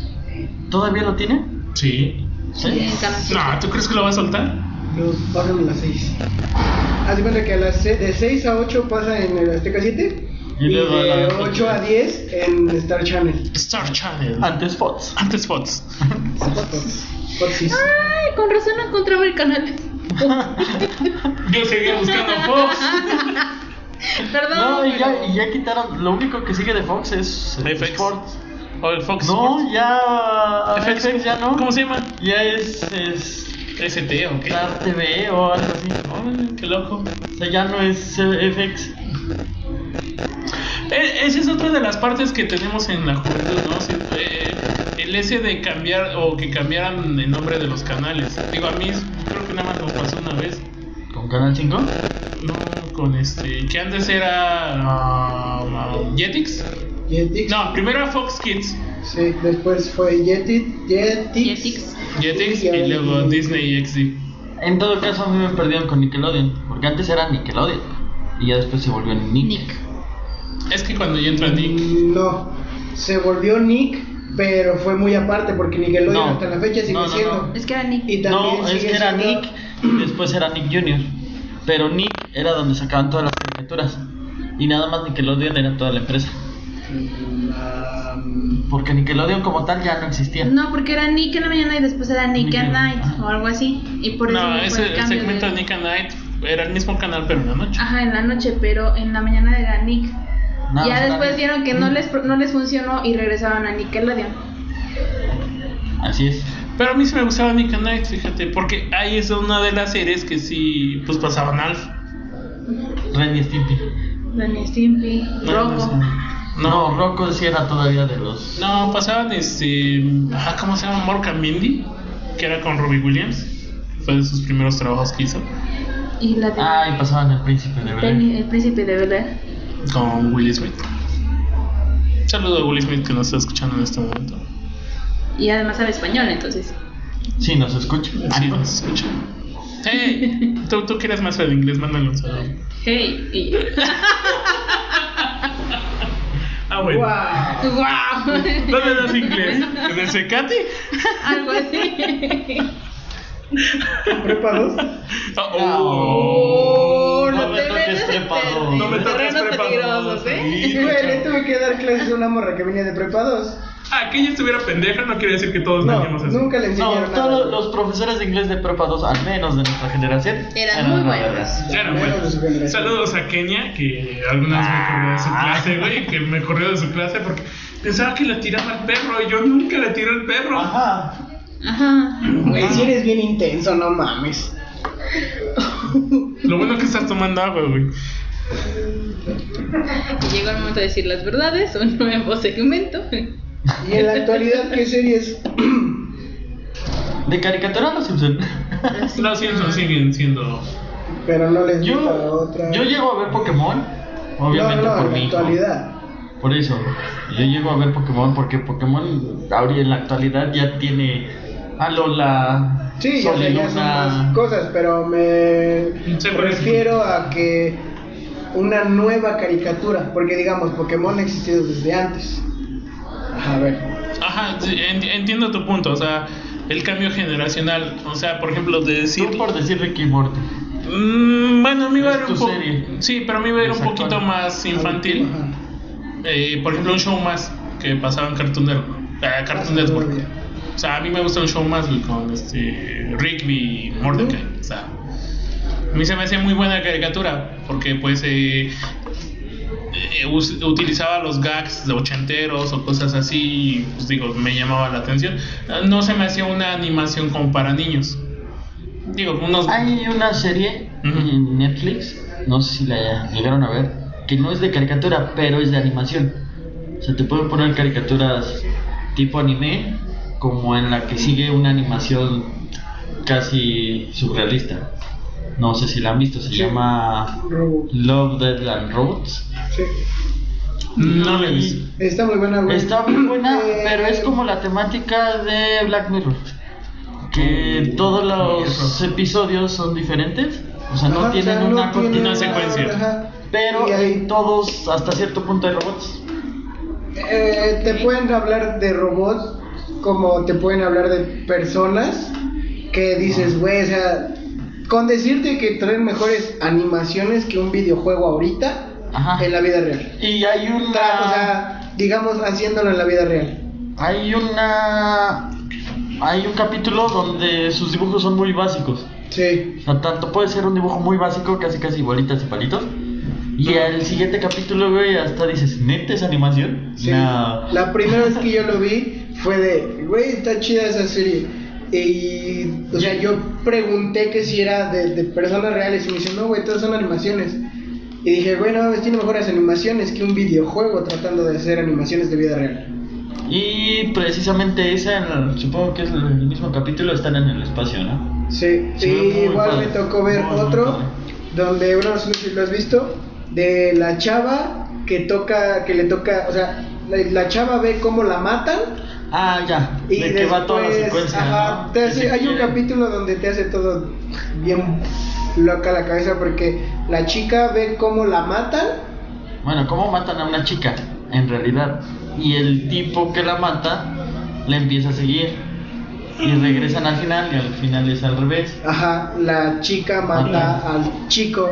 [SPEAKER 2] ¿Todavía lo tiene?
[SPEAKER 1] Sí.
[SPEAKER 2] Sí.
[SPEAKER 1] No, ¿tú crees que lo va a soltar?
[SPEAKER 4] Los pasan a las 6. Haz de cuenta que a las se- de 6 a 8 pasa en el Azteca 7.
[SPEAKER 2] Y
[SPEAKER 4] Y,
[SPEAKER 2] luego a
[SPEAKER 4] de
[SPEAKER 2] las
[SPEAKER 4] 8 a 10 en Star Channel.
[SPEAKER 1] Star Channel.
[SPEAKER 2] Antes Fox.
[SPEAKER 1] Antes Fox.
[SPEAKER 4] Foxys.
[SPEAKER 3] Ay, con razón no encontraba el canal.
[SPEAKER 1] Yo seguía buscando Fox.
[SPEAKER 3] Perdón.
[SPEAKER 2] No, y ya,
[SPEAKER 3] pero-
[SPEAKER 2] y ya quitaron. Lo único que sigue de Fox es. eh,
[SPEAKER 1] FX.
[SPEAKER 2] Sports.
[SPEAKER 1] O el Fox.
[SPEAKER 2] No, ya.
[SPEAKER 1] Sports.
[SPEAKER 2] FX ya no.
[SPEAKER 1] ¿Cómo se llama?
[SPEAKER 2] Ya es. es
[SPEAKER 1] ST o qué.
[SPEAKER 2] Star TV o algo así. ¿no?
[SPEAKER 1] Qué loco.
[SPEAKER 2] O sea, ya no es eh, FX.
[SPEAKER 1] E- Esa es otra de las partes que tenemos en la juventud, ¿no? Sí, eh, el ese de cambiar o que cambiaran el nombre de los canales. Digo, a mí creo que nada más nos pasó una vez.
[SPEAKER 2] ¿Con Canal 5?
[SPEAKER 1] No, con este. Que antes era. um, Jetix.
[SPEAKER 4] Jetix.
[SPEAKER 1] No, primero era Fox Kids.
[SPEAKER 4] Sí, después fue Yeti, Jetix.
[SPEAKER 3] Jetix.
[SPEAKER 1] Jetix y luego Disney XD.
[SPEAKER 2] En todo caso, a mí me perdieron con Nickelodeon. Porque antes era Nickelodeon. Y ya después se volvió Nick.
[SPEAKER 3] Nick.
[SPEAKER 1] Es que cuando ya entra Nick.
[SPEAKER 4] No, se volvió Nick, pero fue muy aparte porque Nickelodeon
[SPEAKER 2] No.
[SPEAKER 4] hasta la fecha sigue
[SPEAKER 2] No, no,
[SPEAKER 4] siendo.
[SPEAKER 2] no.
[SPEAKER 3] Es que era Nick.
[SPEAKER 4] Y también
[SPEAKER 2] No, es
[SPEAKER 4] sigue
[SPEAKER 2] que era
[SPEAKER 4] siendo-
[SPEAKER 2] Nick y después era Nick Jr. Pero Nick era donde sacaban todas las caricaturas. Y nada más Nickelodeon era toda la empresa.
[SPEAKER 4] Ah,
[SPEAKER 2] Porque Nickelodeon como tal ya no existía.
[SPEAKER 3] No, porque era Nick en la mañana y después era Nick
[SPEAKER 2] Nick
[SPEAKER 3] at
[SPEAKER 2] and-
[SPEAKER 3] Night
[SPEAKER 2] ah.
[SPEAKER 3] o algo así. Y por eso
[SPEAKER 1] No,
[SPEAKER 3] fue
[SPEAKER 1] ese
[SPEAKER 3] el
[SPEAKER 1] el
[SPEAKER 3] cambio
[SPEAKER 1] segmento
[SPEAKER 3] de- Ah.
[SPEAKER 1] de Nick and Night era el mismo canal, pero en la noche.
[SPEAKER 3] Ajá, en la noche, pero en la mañana era Nick.
[SPEAKER 2] Nada más Mm.
[SPEAKER 3] ya
[SPEAKER 2] era
[SPEAKER 3] después
[SPEAKER 2] Nick.
[SPEAKER 3] vieron que no les, no les funcionó y regresaron a Nickelodeon.
[SPEAKER 2] Así es.
[SPEAKER 1] Pero a mí sí me gustaba Nick and Night, fíjate. Porque ahí es una de las series que sí, pues pasaban Alf.
[SPEAKER 2] Randy Stimpy.
[SPEAKER 3] Danny Stimpy, Rocco.
[SPEAKER 2] No, Rocco sí era todavía de los...
[SPEAKER 1] No, pasaban este. ah, ¿Cómo se llama? Mork and Mindy. Que era con Robbie Williams. Fue de sus primeros trabajos que hizo.
[SPEAKER 3] Y la de
[SPEAKER 2] Ah, y pasaban el príncipe de verdad.
[SPEAKER 3] Penny, el príncipe de Bel Air.
[SPEAKER 1] con Will Smith. Un saludo a Will Smith que nos está escuchando en este momento.
[SPEAKER 3] Y además sabe español, entonces.
[SPEAKER 2] Sí, nos escucha.
[SPEAKER 1] Sí, nos escucha. Hey, tú, tú que eres maestro de inglés, mándale un saludo.
[SPEAKER 3] Hey, y.
[SPEAKER 1] Ah, bueno.
[SPEAKER 4] guau.
[SPEAKER 3] ¡Wow!
[SPEAKER 1] ¿Dónde das inglés? ¿En el Secate?
[SPEAKER 3] Algo así.
[SPEAKER 4] Prepa dos.
[SPEAKER 1] Ah, oh.
[SPEAKER 2] No me toques
[SPEAKER 3] metas en
[SPEAKER 2] prepa
[SPEAKER 3] ter-
[SPEAKER 2] dos. No me
[SPEAKER 1] toques
[SPEAKER 3] terrenos
[SPEAKER 1] prepa dos,
[SPEAKER 3] peligrosos,
[SPEAKER 4] Y
[SPEAKER 1] sí.
[SPEAKER 3] ¿eh?
[SPEAKER 4] güey, le tuve que dar clases a una morra que venía de prepa 2.
[SPEAKER 1] Ah, que ella estuviera pendeja no quiere decir que todos
[SPEAKER 4] No,
[SPEAKER 1] dañemos así.
[SPEAKER 4] nunca le
[SPEAKER 2] No,
[SPEAKER 4] enseñaron nada.
[SPEAKER 2] todos los profesores de inglés de prepa 2, al menos de nuestra generación,
[SPEAKER 3] Eran muy
[SPEAKER 2] una
[SPEAKER 3] buenos.
[SPEAKER 2] verga.
[SPEAKER 1] Claro, bueno. Saludos a Kenia, que algunas
[SPEAKER 2] Ah.
[SPEAKER 1] me corrió de su clase, güey, que me corrió de su clase porque pensaba que la tiraba al perro y yo nunca le tiro al perro.
[SPEAKER 2] Ajá.
[SPEAKER 3] Ajá.
[SPEAKER 4] Güey,
[SPEAKER 2] Ah.
[SPEAKER 4] si eres bien intenso, no mames.
[SPEAKER 1] Lo bueno que estás tomando agua, güey.
[SPEAKER 3] Y llegó el momento de decir las verdades, un nuevo segmento.
[SPEAKER 4] ¿Y en la actualidad qué series?
[SPEAKER 2] De caricatura a los Simpson.
[SPEAKER 1] Los Simpsons siguen siendo.
[SPEAKER 4] Pero no les gusta la
[SPEAKER 2] Yo,
[SPEAKER 4] otra.
[SPEAKER 2] yo llego a ver Pokémon, obviamente
[SPEAKER 4] no, no,
[SPEAKER 2] por
[SPEAKER 4] en
[SPEAKER 2] mi
[SPEAKER 4] la
[SPEAKER 2] hijo.
[SPEAKER 4] actualidad.
[SPEAKER 2] Por eso, yo llego a ver Pokémon porque Pokémon ahora en la actualidad ya tiene a Lola,
[SPEAKER 4] Sí, ya
[SPEAKER 2] Sol
[SPEAKER 4] sé,
[SPEAKER 2] y
[SPEAKER 4] ya son
[SPEAKER 2] Luna.
[SPEAKER 4] más cosas, pero me
[SPEAKER 1] Sí, por eso.
[SPEAKER 4] refiero a que una nueva caricatura, porque digamos, Pokémon ha existido desde antes. Ajá, a ver.
[SPEAKER 1] Ajá, sí, en- entiendo tu punto. O sea, el cambio generacional. O sea, por ejemplo, de decir.
[SPEAKER 2] Tú por decir Ricky Morty.
[SPEAKER 1] Mm, bueno, a mí va a
[SPEAKER 2] Es
[SPEAKER 1] ir
[SPEAKER 2] tu
[SPEAKER 1] un poco.
[SPEAKER 2] serie.
[SPEAKER 1] Sí, pero a mí va a ir un
[SPEAKER 2] Exacto.
[SPEAKER 1] poquito más infantil.
[SPEAKER 4] Ajá.
[SPEAKER 1] Eh, por ejemplo, un show más que pasaba en Cartoon Network. Ah, Cartoon Network. O sea, a mí me gusta un show más güey, con este, Rigby y Mordecai. O sea, a mí se me hacía muy buena caricatura porque pues eh, eh, us- utilizaba los gags de ochenteros o cosas así y pues digo, me llamaba la atención. Ah, No se me hacía una animación como para niños. Digo, unos...
[SPEAKER 2] Hay una serie
[SPEAKER 1] Ujú.
[SPEAKER 2] en Netflix, no sé si la llegaron a ver, que no es de caricatura, pero es de animación. O sea, te pueden poner caricaturas tipo anime, como en la que sigue una animación casi surrealista. No sé si la han visto, se
[SPEAKER 4] Sí.
[SPEAKER 2] llama
[SPEAKER 4] Robot.
[SPEAKER 2] Love, Dead and Robots.
[SPEAKER 4] Sí.
[SPEAKER 1] No le vi.
[SPEAKER 4] Está muy buena, güey.
[SPEAKER 2] Está muy buena,
[SPEAKER 4] Eh,
[SPEAKER 2] pero es como la temática de Black Mirror. Que todos los
[SPEAKER 1] Mirror.
[SPEAKER 2] episodios son diferentes, o sea, no
[SPEAKER 4] ajá,
[SPEAKER 2] tienen
[SPEAKER 4] o sea, no
[SPEAKER 2] una
[SPEAKER 4] tiene
[SPEAKER 2] continuidad.
[SPEAKER 1] una secuencia.
[SPEAKER 4] ajá.
[SPEAKER 2] Pero
[SPEAKER 4] Y ahí-
[SPEAKER 2] en todos, hasta cierto punto, hay robots.
[SPEAKER 4] Eh, te pueden hablar de robots como te pueden hablar de personas que dices, güey, o sea, con decirte que traen mejores animaciones que un videojuego ahorita
[SPEAKER 2] Ajá.
[SPEAKER 4] en la vida real.
[SPEAKER 2] Y hay
[SPEAKER 4] O
[SPEAKER 2] una.
[SPEAKER 4] sea, digamos, haciéndolo en la vida real.
[SPEAKER 2] Hay una. Hay un capítulo donde sus dibujos son muy básicos.
[SPEAKER 4] Sí.
[SPEAKER 2] O sea, tanto puede ser un dibujo muy básico, casi casi bolitas y palitos. Y el siguiente capítulo, güey, hasta dices, ¿neta es animación?
[SPEAKER 4] sí.
[SPEAKER 2] No.
[SPEAKER 4] La primera vez que yo lo vi fue de, güey, está chida esa serie. E, Y, o sea, yo pregunté que si era de, de personas reales y me dice, no, güey, todas son animaciones. Y dije, güey, no, mames, tiene mejores animaciones que un videojuego tratando de hacer animaciones de vida real.
[SPEAKER 2] Y precisamente esa, en el- supongo que es el mismo capítulo, están en el espacio, ¿no?
[SPEAKER 4] Sí,
[SPEAKER 2] Sí,
[SPEAKER 4] y
[SPEAKER 2] muy
[SPEAKER 4] igual
[SPEAKER 2] padre.
[SPEAKER 4] me tocó ver
[SPEAKER 2] Muy, muy
[SPEAKER 4] otro,
[SPEAKER 2] padre.
[SPEAKER 4] donde uno, no sé si lo has visto, de la chava que toca, que le toca, o sea, la, la chava ve cómo la matan.
[SPEAKER 2] Ah, ya.
[SPEAKER 4] Y
[SPEAKER 2] de que va toda la
[SPEAKER 4] después,
[SPEAKER 2] secuencia.
[SPEAKER 4] ajá,
[SPEAKER 2] ¿no?
[SPEAKER 4] te
[SPEAKER 2] Que
[SPEAKER 4] hace-
[SPEAKER 2] se
[SPEAKER 4] hay un
[SPEAKER 2] quieren.
[SPEAKER 4] capítulo donde te hace todo bien loca la cabeza porque la chica ve cómo la matan.
[SPEAKER 2] Bueno, ¿cómo matan a una chica? En realidad. Y el tipo que la mata la empieza a seguir. Y regresan al final, y al final es al revés.
[SPEAKER 4] Ajá, la chica mata
[SPEAKER 2] Ajá.
[SPEAKER 4] al chico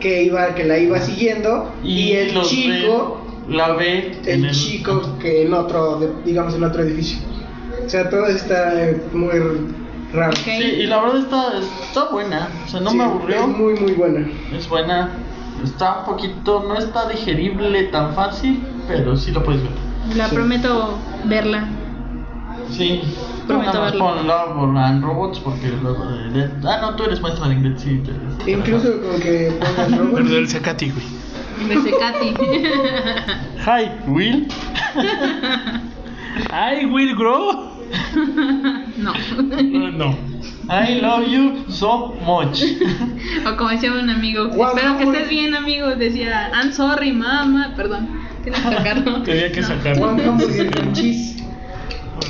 [SPEAKER 4] que iba que la iba siguiendo y, el
[SPEAKER 2] los
[SPEAKER 4] chico
[SPEAKER 2] ve- la ve. en
[SPEAKER 4] el chico que en otro de- digamos en otro edificio. O sea, todo está eh, muy raro.
[SPEAKER 3] Ok.
[SPEAKER 2] Sí, y la verdad está, está buena. O sea, no
[SPEAKER 4] Sí,
[SPEAKER 2] me aburrió.
[SPEAKER 4] Es muy muy buena.
[SPEAKER 2] Es buena. Está un poquito. No está digerible tan fácil, pero sí lo puedes ver.
[SPEAKER 3] La
[SPEAKER 4] Sí.
[SPEAKER 3] prometo verla.
[SPEAKER 2] Sí. Pero
[SPEAKER 3] Prometo
[SPEAKER 2] nada más
[SPEAKER 3] verlo.
[SPEAKER 2] pon Love and Robots porque luego. de- Ah, no, tú eres maestra de inglés, sí. te-
[SPEAKER 4] Incluso con que pongas robots.
[SPEAKER 1] Pero el Zacati, güey.
[SPEAKER 3] Verse Katy.
[SPEAKER 2] Hi, Will.
[SPEAKER 1] I will grow.
[SPEAKER 3] no.
[SPEAKER 1] Eh, No.
[SPEAKER 2] I love you so much.
[SPEAKER 3] o como decía un amigo.
[SPEAKER 4] Wow,
[SPEAKER 3] Espero que
[SPEAKER 4] muy-
[SPEAKER 3] estés bien, amigo. Decía, I'm sorry, mamá. Perdón. Tienes que sacarlo.
[SPEAKER 1] Tenía que
[SPEAKER 3] No.
[SPEAKER 1] sacarlo.
[SPEAKER 4] One hamburger con cheese.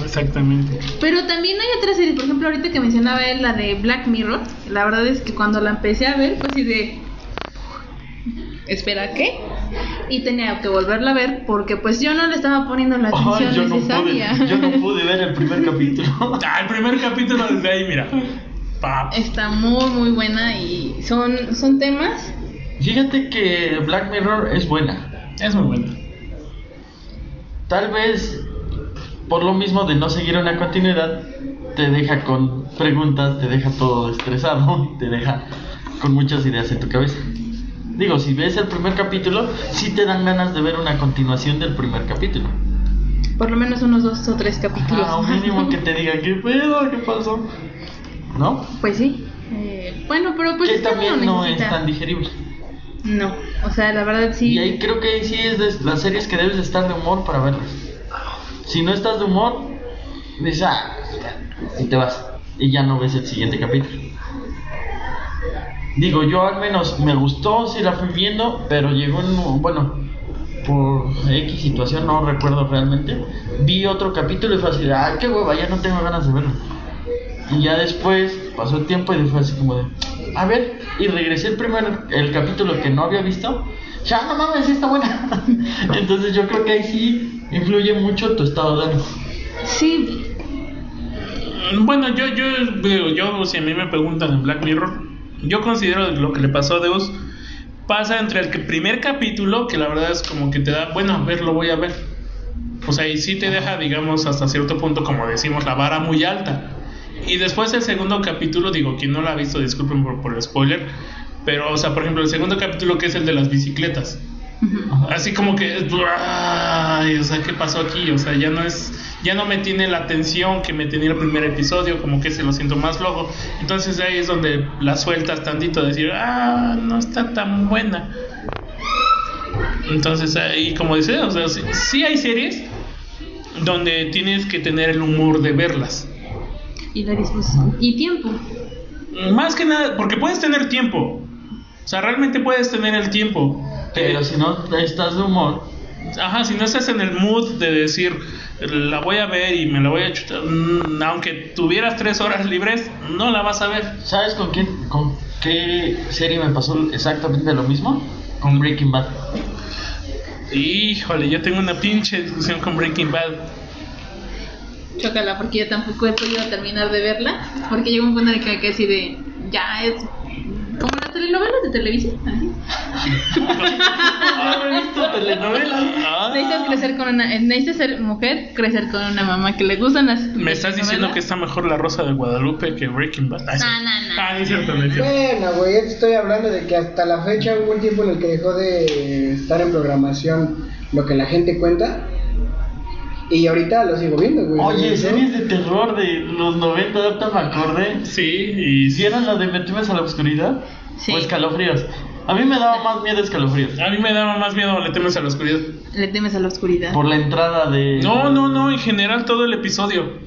[SPEAKER 1] Exactamente.
[SPEAKER 3] Pero también hay otras series, por ejemplo, ahorita que mencionaba él, la de Black Mirror, la verdad es que cuando la empecé a ver, pues así de. Espera, ¿qué? Y tenía que volverla a ver porque, pues, yo no le estaba poniendo la atención
[SPEAKER 2] Ay, yo, no
[SPEAKER 3] necesaria.
[SPEAKER 2] pude, yo no pude ver el primer capítulo.
[SPEAKER 1] Ah, el primer capítulo desde ahí, mira. Pa.
[SPEAKER 3] Está muy, muy buena y son, son temas.
[SPEAKER 2] Fíjate que Black Mirror es buena.
[SPEAKER 1] Es muy bueno.
[SPEAKER 2] Tal vez por lo mismo de no seguir una continuidad, te deja con preguntas, te deja todo estresado, te deja con muchas ideas en tu cabeza. Digo, si ves el primer capítulo, sí te dan ganas de ver una continuación del primer capítulo.
[SPEAKER 3] Por lo menos unos dos o tres capítulos.
[SPEAKER 2] Ah, o
[SPEAKER 3] más,
[SPEAKER 2] mínimo
[SPEAKER 3] ¿no?
[SPEAKER 2] que te digan qué pedo, qué pasó. ¿No?
[SPEAKER 3] Pues sí. Eh, bueno, pero pues
[SPEAKER 2] que
[SPEAKER 3] es que uno
[SPEAKER 2] también no es
[SPEAKER 3] necesita.
[SPEAKER 2] tan digerible.
[SPEAKER 3] No, o sea, la verdad sí.
[SPEAKER 2] Y ahí creo que ahí sí es de las series que debes de estar de humor para verlas. Si no estás de humor, dices, ah, y te vas. Y ya no ves el siguiente capítulo. Digo, yo al menos me gustó, sí la fui viendo, pero llegó un. Bueno, por X situación, no recuerdo realmente. Vi otro capítulo y fue así, de, ah, qué hueva, ya no tengo ganas de verlo. Y ya después pasó el tiempo y fue así como de, a ver, y regresé el primer, el capítulo que no había visto. Ya, no mames, sí está buena. Entonces yo creo que ahí sí influye mucho tu estado de ánimo.
[SPEAKER 3] Sí.
[SPEAKER 1] Bueno, yo, yo, digo, yo, si a mí me preguntan en Black Mirror, yo considero lo que le pasó a Deus pasa entre el que- primer capítulo, que la verdad es como que te da, bueno, a ver, lo voy a ver. O sea, y sí te deja, digamos, hasta cierto punto, como decimos, la vara muy alta. Y después el segundo capítulo, digo, quien no lo ha visto, disculpen por, por el spoiler, pero, o sea, por ejemplo, el segundo capítulo que es el de las bicicletas. Así como que, ay, o sea, ¿qué pasó aquí? O sea, ya no es, ya no me tiene la atención que me tenía el primer episodio, como que se lo siento más flojo. Entonces ahí es donde la sueltas tantito, decir, ah, no está tan buena. Entonces ahí, como dices, o sea, sí, sí hay series donde tienes que tener el humor de verlas.
[SPEAKER 5] Y la disposición. Y tiempo.
[SPEAKER 1] Más que nada, porque puedes tener tiempo. O sea, realmente puedes tener el tiempo.
[SPEAKER 2] Pero si no estás de humor,
[SPEAKER 1] Ajá, si no estás en el mood de decir, la voy a ver y me la voy a chutar, mm, aunque tuvieras tres horas libres, no la vas a ver.
[SPEAKER 2] ¿sabes con quién? ¿Con qué serie me pasó exactamente lo mismo? Con Breaking Bad.
[SPEAKER 1] Híjole, yo tengo una pinche discusión con Breaking Bad.
[SPEAKER 3] Chócala, porque yo tampoco he podido terminar de verla. Porque llegó un punto en el que que así de. Ya es. Como las telenovelas de televisión. así.
[SPEAKER 1] Ah, no he visto telenovelas. Ah.
[SPEAKER 3] Necesitas crecer con una. eh, Necesitas ser mujer, crecer con una mamá que le gustan las.
[SPEAKER 1] Me estás diciendo que está mejor La Rosa de Guadalupe que Breaking Bad. Ah, sí.
[SPEAKER 3] No, no, no.
[SPEAKER 1] Ah, es cierto, no es cierto.
[SPEAKER 4] Bueno, güey, estoy hablando de que hasta la fecha hubo un tiempo en el que dejó de estar en programación lo que la gente cuenta. Y ahorita lo sigo viendo, güey.
[SPEAKER 2] Oye,
[SPEAKER 4] ¿no?
[SPEAKER 2] series de terror de los 90, ahorita me acordé.
[SPEAKER 1] Sí, y sí.
[SPEAKER 2] ¿Hicieron la de Metimos a la Oscuridad?
[SPEAKER 3] Sí.
[SPEAKER 2] O Escalofríos. A mí me daba más miedo Escalofríos.
[SPEAKER 1] A mí me daba más miedo Le temes a la oscuridad.
[SPEAKER 3] Le temes a la oscuridad.
[SPEAKER 2] Por la entrada de.
[SPEAKER 1] No, no, no, en general todo el episodio.